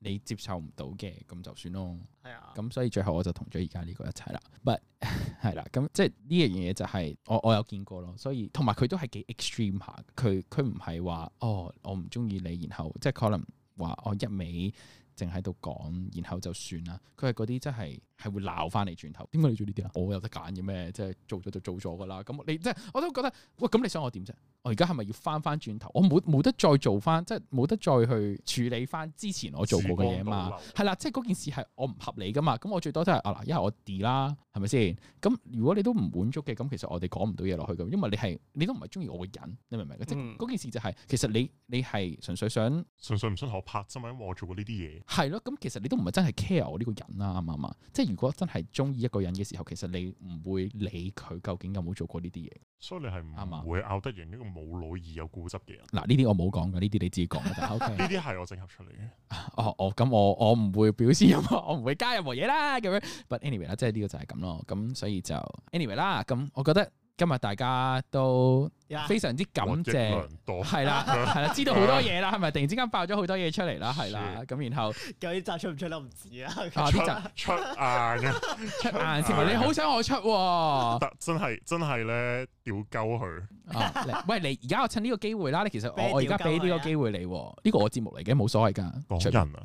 S1: 你接受唔到嘅，咁就算咯。
S2: 哼，係啊。
S1: 咁所以最後我就同咗而家呢個一齊啦。But 係啦，咁即係呢樣嘢就係我我有見過咯。所以同埋佢都係幾 extreme 下，佢佢唔係話哦我唔中意你，然後即係可能話我一味。淨喺度講，然後就算啦。佢係嗰啲真係係會鬧翻你轉頭。點解你做呢啲啊？我有得揀嘅咩？即係做咗就做咗噶啦。咁你即係我都覺得，喂，咁你想我點啫？我而家係咪要翻翻轉頭？我冇冇得再做翻，即係冇得再去處理翻之前我做過嘅嘢嘛
S3: 時光倒流？
S1: 係啦，即係嗰件事係我唔合理噶嘛。咁我最多都係啊嗱，一係我 D 啦，係咪先？咁如果你都唔滿足嘅，咁其實我哋講唔到嘢落去嘅，因為你係你都唔係中意我嘅人，你明唔明？即係
S2: 嗯
S1: 嗰件事就係、其實你你係純粹想。
S3: 純粹唔想同我拍啫嘛，因為我做過呢啲嘢。
S1: 係咯，咁其實你都唔係真係 care 我呢個人啦，啱唔啱啊？即係如果真係中意一個人嘅時候，其實你唔會理佢究竟有冇做過呢啲嘢。
S3: 所以你係
S1: 啱啊
S3: 唔會拗得贏一個冇腦而有固執嘅人。
S1: 嗱，呢啲我冇講嘅，呢啲你自己講嘅咋 OK
S3: 呢啲係我整合出嚟嘅。
S1: 哦，我咁我我唔會表示任何， 我唔會加任何嘢啦，咁樣。But anyway 啦，即係呢個就係咁咯。咁所以就 anyway 啦，咁我覺得今日大家都
S2: 點啊
S1: 非常之感
S3: 獲益
S1: 謝。
S3: 良多，
S1: 係 啦，係啦，知道好多嘢啦，係咪？突然之間爆咗好多嘢出嚟啦，係啦，咁然後
S2: 究竟集出唔出得唔知啊。
S1: 啊
S3: 出
S1: 啲集
S3: 出硬 嘅，
S1: 出硬先話，你好想我出喎，
S3: 得真係真係咧屌鳩佢。
S1: 啊！嚟喂，你而家我趁呢個機會啦，你其實
S2: 俾
S1: 我我而家
S2: 條
S1: 俾
S2: 筋
S1: 呢個
S2: 你啊
S1: 機會你喎，呢個我節目嚟嘅，冇所謂噶，
S3: 講
S1: 隨
S3: 人啊，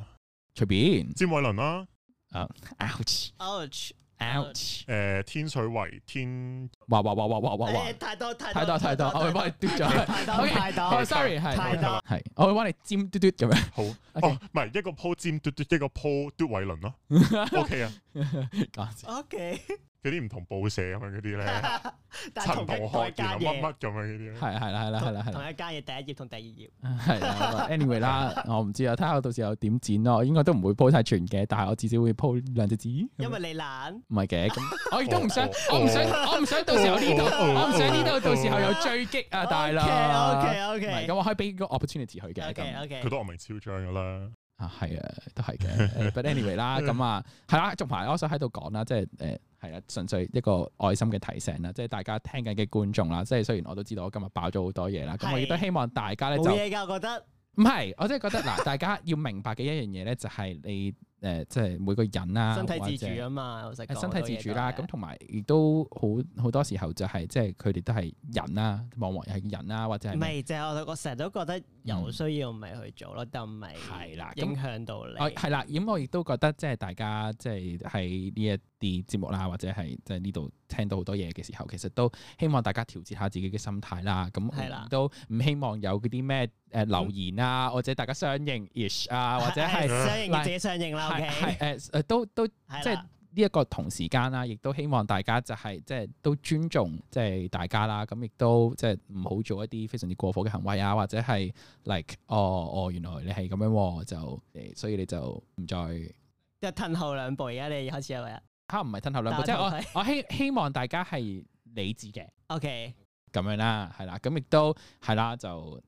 S1: 隨便
S3: 詹偉倫啦，
S1: ，ouch
S2: Ouch！
S1: ouch，
S3: 誒天水圍天
S1: 哇哇哇哇哇哇哇，
S2: 誒哎太多太
S1: 太多太多，我會幫你嘟咗
S2: 太多
S1: ，OK，
S2: 太
S1: 哦
S2: 多
S1: ，sorry，
S2: 太
S1: 係
S2: 多。
S1: 係，哦我會幫你尖嘟嘟咁樣，
S3: 好
S1: OK
S3: 哦，唔係一個鋪尖嘟嘟，一個鋪嘟偉倫咯。OK 啊，
S1: 講先
S2: OK，
S3: 嗰啲唔同報社咁樣嗰 啲咧。
S2: 但係
S3: 陳
S2: 同
S3: 啊同
S2: 一
S3: 學
S2: 代間嘢，
S3: 原來乜乜咁樣嗰啲咧，
S1: 係係啦係啦係啦係
S2: 同
S1: 啦
S2: 一間嘢第一頁同第二頁。
S1: 係啦咁啊，anyway 啦，我唔知啊，睇下我到時候點剪咯，我應該都唔會鋪晒全嘅，但係我至少會鋪兩隻字，
S2: 因為你懶，
S1: 唔係嘅，咁我亦都唔想
S3: 哦，
S1: 我唔想，我唔想到時候呢度，
S3: 哦
S1: 我唔想呢度到時候有追擊 啊，大佬。
S2: OK，OK，OK
S1: 唔係咁，我可以俾個 opportunity 佢嘅。
S2: OK
S1: 咁
S2: OK，
S3: 佢都惡名昭彰噶啦。
S1: 啊，係啊，都係 嘅。But anyway
S2: 嗯
S1: 啦，咁啊，係啦，仲埋我想喺度講啦，即係誒。係啦，純粹一個愛心嘅提醒啦，即係大家聽緊嘅觀眾啦，即係雖然我都知道我今日爆咗好多嘢啦，咁我亦都
S2: 係
S1: 希望大家咧就
S2: 冇嘢㗎，我覺得
S1: 唔係，我真係覺得嗱，大家要明白嘅一樣嘢咧，就係你誒，即係每個人啦，
S2: 身體
S1: 或
S2: 自
S1: 者
S2: 主啊嘛，老實講
S1: 誒身體自主啦，
S2: 好
S1: 咁
S2: 多嘢都係
S1: 同埋亦都好好多時候就係即係佢哋都係人啦，望望係人啦，或者係
S2: 唔
S1: 咩
S2: 係就係我我成日都覺得有需要咪去做咯，但唔係
S1: 嗯係啦咁
S2: 影響到你。
S1: 哦，係啦，咁我亦都覺得即係大家即係喺呢一啲節目啦，或者係即係呢度聽到好多嘢嘅時候，其實都希望大家調節下自己嘅心態啦。咁
S2: 係啦
S1: 我都唔希望有嗰啲咩誒留言啊，或者大家相應 ish 啊，或者
S2: 係
S1: 係
S2: 相應嘅
S1: 嗱
S2: 自己相應
S1: 係
S2: 啦。OK，
S1: 係誒誒都都即
S2: 係
S1: 係
S2: 啦。
S1: 呢一個同時間啦，亦都希望大家就係、即係都尊重即係大家啦，咁亦都即係唔好做一啲非常之過火嘅行為啊，或者係 like 哦哦原來你係咁樣喎，就誒所以你就唔再
S2: 即係褪後兩步，而家你開始係咪啊
S1: 嚇唔係吞後兩步，即
S2: 但
S1: 係
S2: 係
S1: 我我希希望大家係理智嘅
S2: ？OK，
S1: 咁樣啦，係啦，咁亦都係啦，就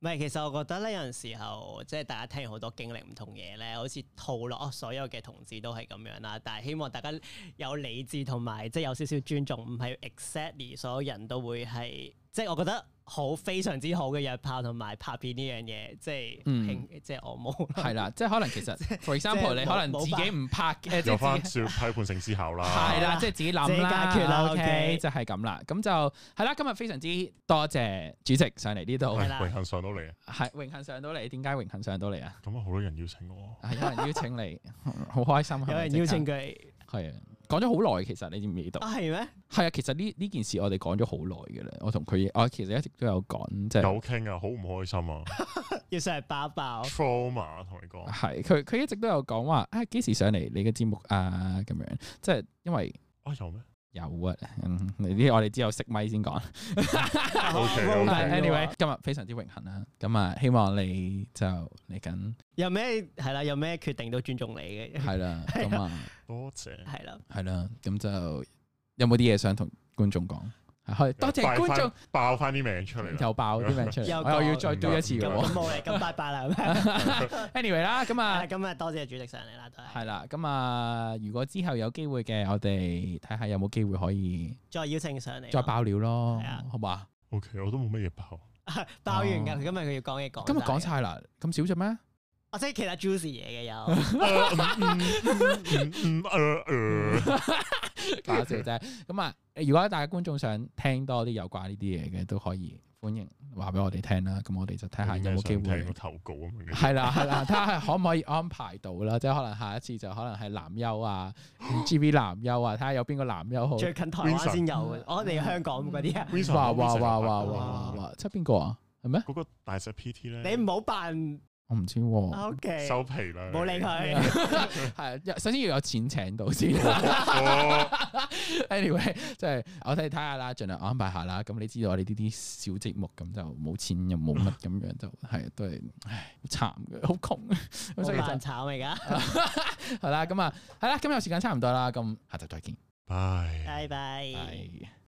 S2: 唔係，其實我覺得呢，有陣時候即係大家聽好多經歷唔同嘢咧，好似套落哦所有嘅同志都係咁樣啦。但係希望大家有理智同埋即係有少少尊重，唔係 exactly 所有人都會係即係我覺得好非常之好嘅約炮同埋拍片呢樣嘢，即係、
S1: 嗯
S2: 興即係我冇 啦。
S1: 係啦，即係可能其實 for example
S2: 即係
S1: 你可
S2: 冇
S1: 能自
S2: 冇把
S1: 己唔拍嘅，即
S3: 有
S1: 係
S3: 翻
S1: 自己
S3: 少批判性思考 啦。
S1: 係啦，即係自己諗啦，
S2: 自己解決啦
S1: OK，
S2: OK
S1: 就係咁啦。咁就係啦，今日非常之多謝主席上嚟呢度，
S3: 係
S2: 啦
S3: 榮幸上到嚟，啊
S1: 係榮幸上到嚟。點解榮幸上到嚟啊？
S3: 咁啊好多人邀請我，
S1: 係有人邀請你， 好開心。係咪
S2: 有人邀請
S1: 即刻
S2: 佢
S1: 係啊，講咗好耐，其實你知唔知道？
S2: 啊？係咩？
S1: 係啊，其實呢呢件事我哋講咗好耐嘅啦。我同佢，我其實一直都有講，即係
S3: 有傾啊，好唔開心啊
S2: 要上嚟爆一 爆，
S3: ，trauma 同你講。
S1: 係佢佢一直都有講話啊，幾時上嚟你嘅節目啊？咁樣即係因為
S3: 啊有咩？
S1: 有啊，嗯，呢啲我哋之後熄咪先講。
S3: OK，OK
S1: 但係
S2: OK
S1: anyway，今日非常之榮幸啦，咁啊，希望你就嚟緊
S2: 有咩係啦？有咩決定都尊重你嘅，
S1: 係啦，咁啊
S3: 多謝，
S2: 係啦。
S1: 係啦，咁就有冇啲嘢想同觀眾講？係多謝
S3: 快
S1: 觀眾
S3: 快爆翻啲名出嚟啦。
S1: 又爆啲名出嚟，
S2: 又
S1: 我又要再 do 一次嘅
S2: 咁咁
S1: 喎。
S2: 冇嚟，咁拜拜啦。係 咪
S1: anyway 啦，咁啊
S2: 啊，咁啊，多謝主席上嚟啦，都係
S1: 係啦，咁啊，如果之後有機會嘅，我哋睇下有冇機會可以
S2: 再邀請上嚟咯，
S1: 再爆料咯
S2: 係啊，
S1: 好嘛？
S3: OK，我都冇乜嘢 爆。
S2: 爆完㗎，佢今日佢要講嘢講。
S1: 今日講，晒啦，哦咁少啫咩？
S2: 我即係其他 juicy 嘢嘅有，
S3: 呃嗯嗯嗯嗯呃呃
S1: 搞笑啫。咁啊，如果大家觀眾想聽多啲有關呢啲嘢嘅，都可以歡迎話俾我哋聽啦。咁我哋就睇下有冇機
S3: 有啲咩想
S1: 會
S3: 聽個。投稿咁樣嘅。
S1: 係啦，係啦，睇下可唔可以安排到啦，即係可能下一次就可能係男優啊，G V 男優啊，睇下有邊個男優好。
S2: 最近台灣
S3: Vincent
S2: 先有嘅，我哋香港嗰啲啊。
S3: Vincent，
S1: 哇哇
S3: Vincent
S1: 哇哇
S3: 有拍過
S1: 哇哇！即係邊個啊？係咩？
S3: 啊嗰個大隻 PT
S2: 你
S1: 嗯
S3: 咧，
S2: 唔好扮
S1: 我唔知喎。
S2: OK，
S3: 收皮啦，
S2: 冇理佢。
S1: 係，首先要有錢請到先。
S3: 哦。
S1: anyway，即係啊我哋睇下啦，盡量啊安排下啦。咁你知道我哋呢啲小節目咁就冇錢又冇乜咁樣，就係都係唉好慘嘅，好窮。咁
S2: 好
S1: 所以 就
S2: 難炒嚟㗎，
S1: 啊係啦，咁啊係啦，今日時間差唔多啦，咁下集再見，
S3: 拜。
S2: 拜拜。
S1: 拜。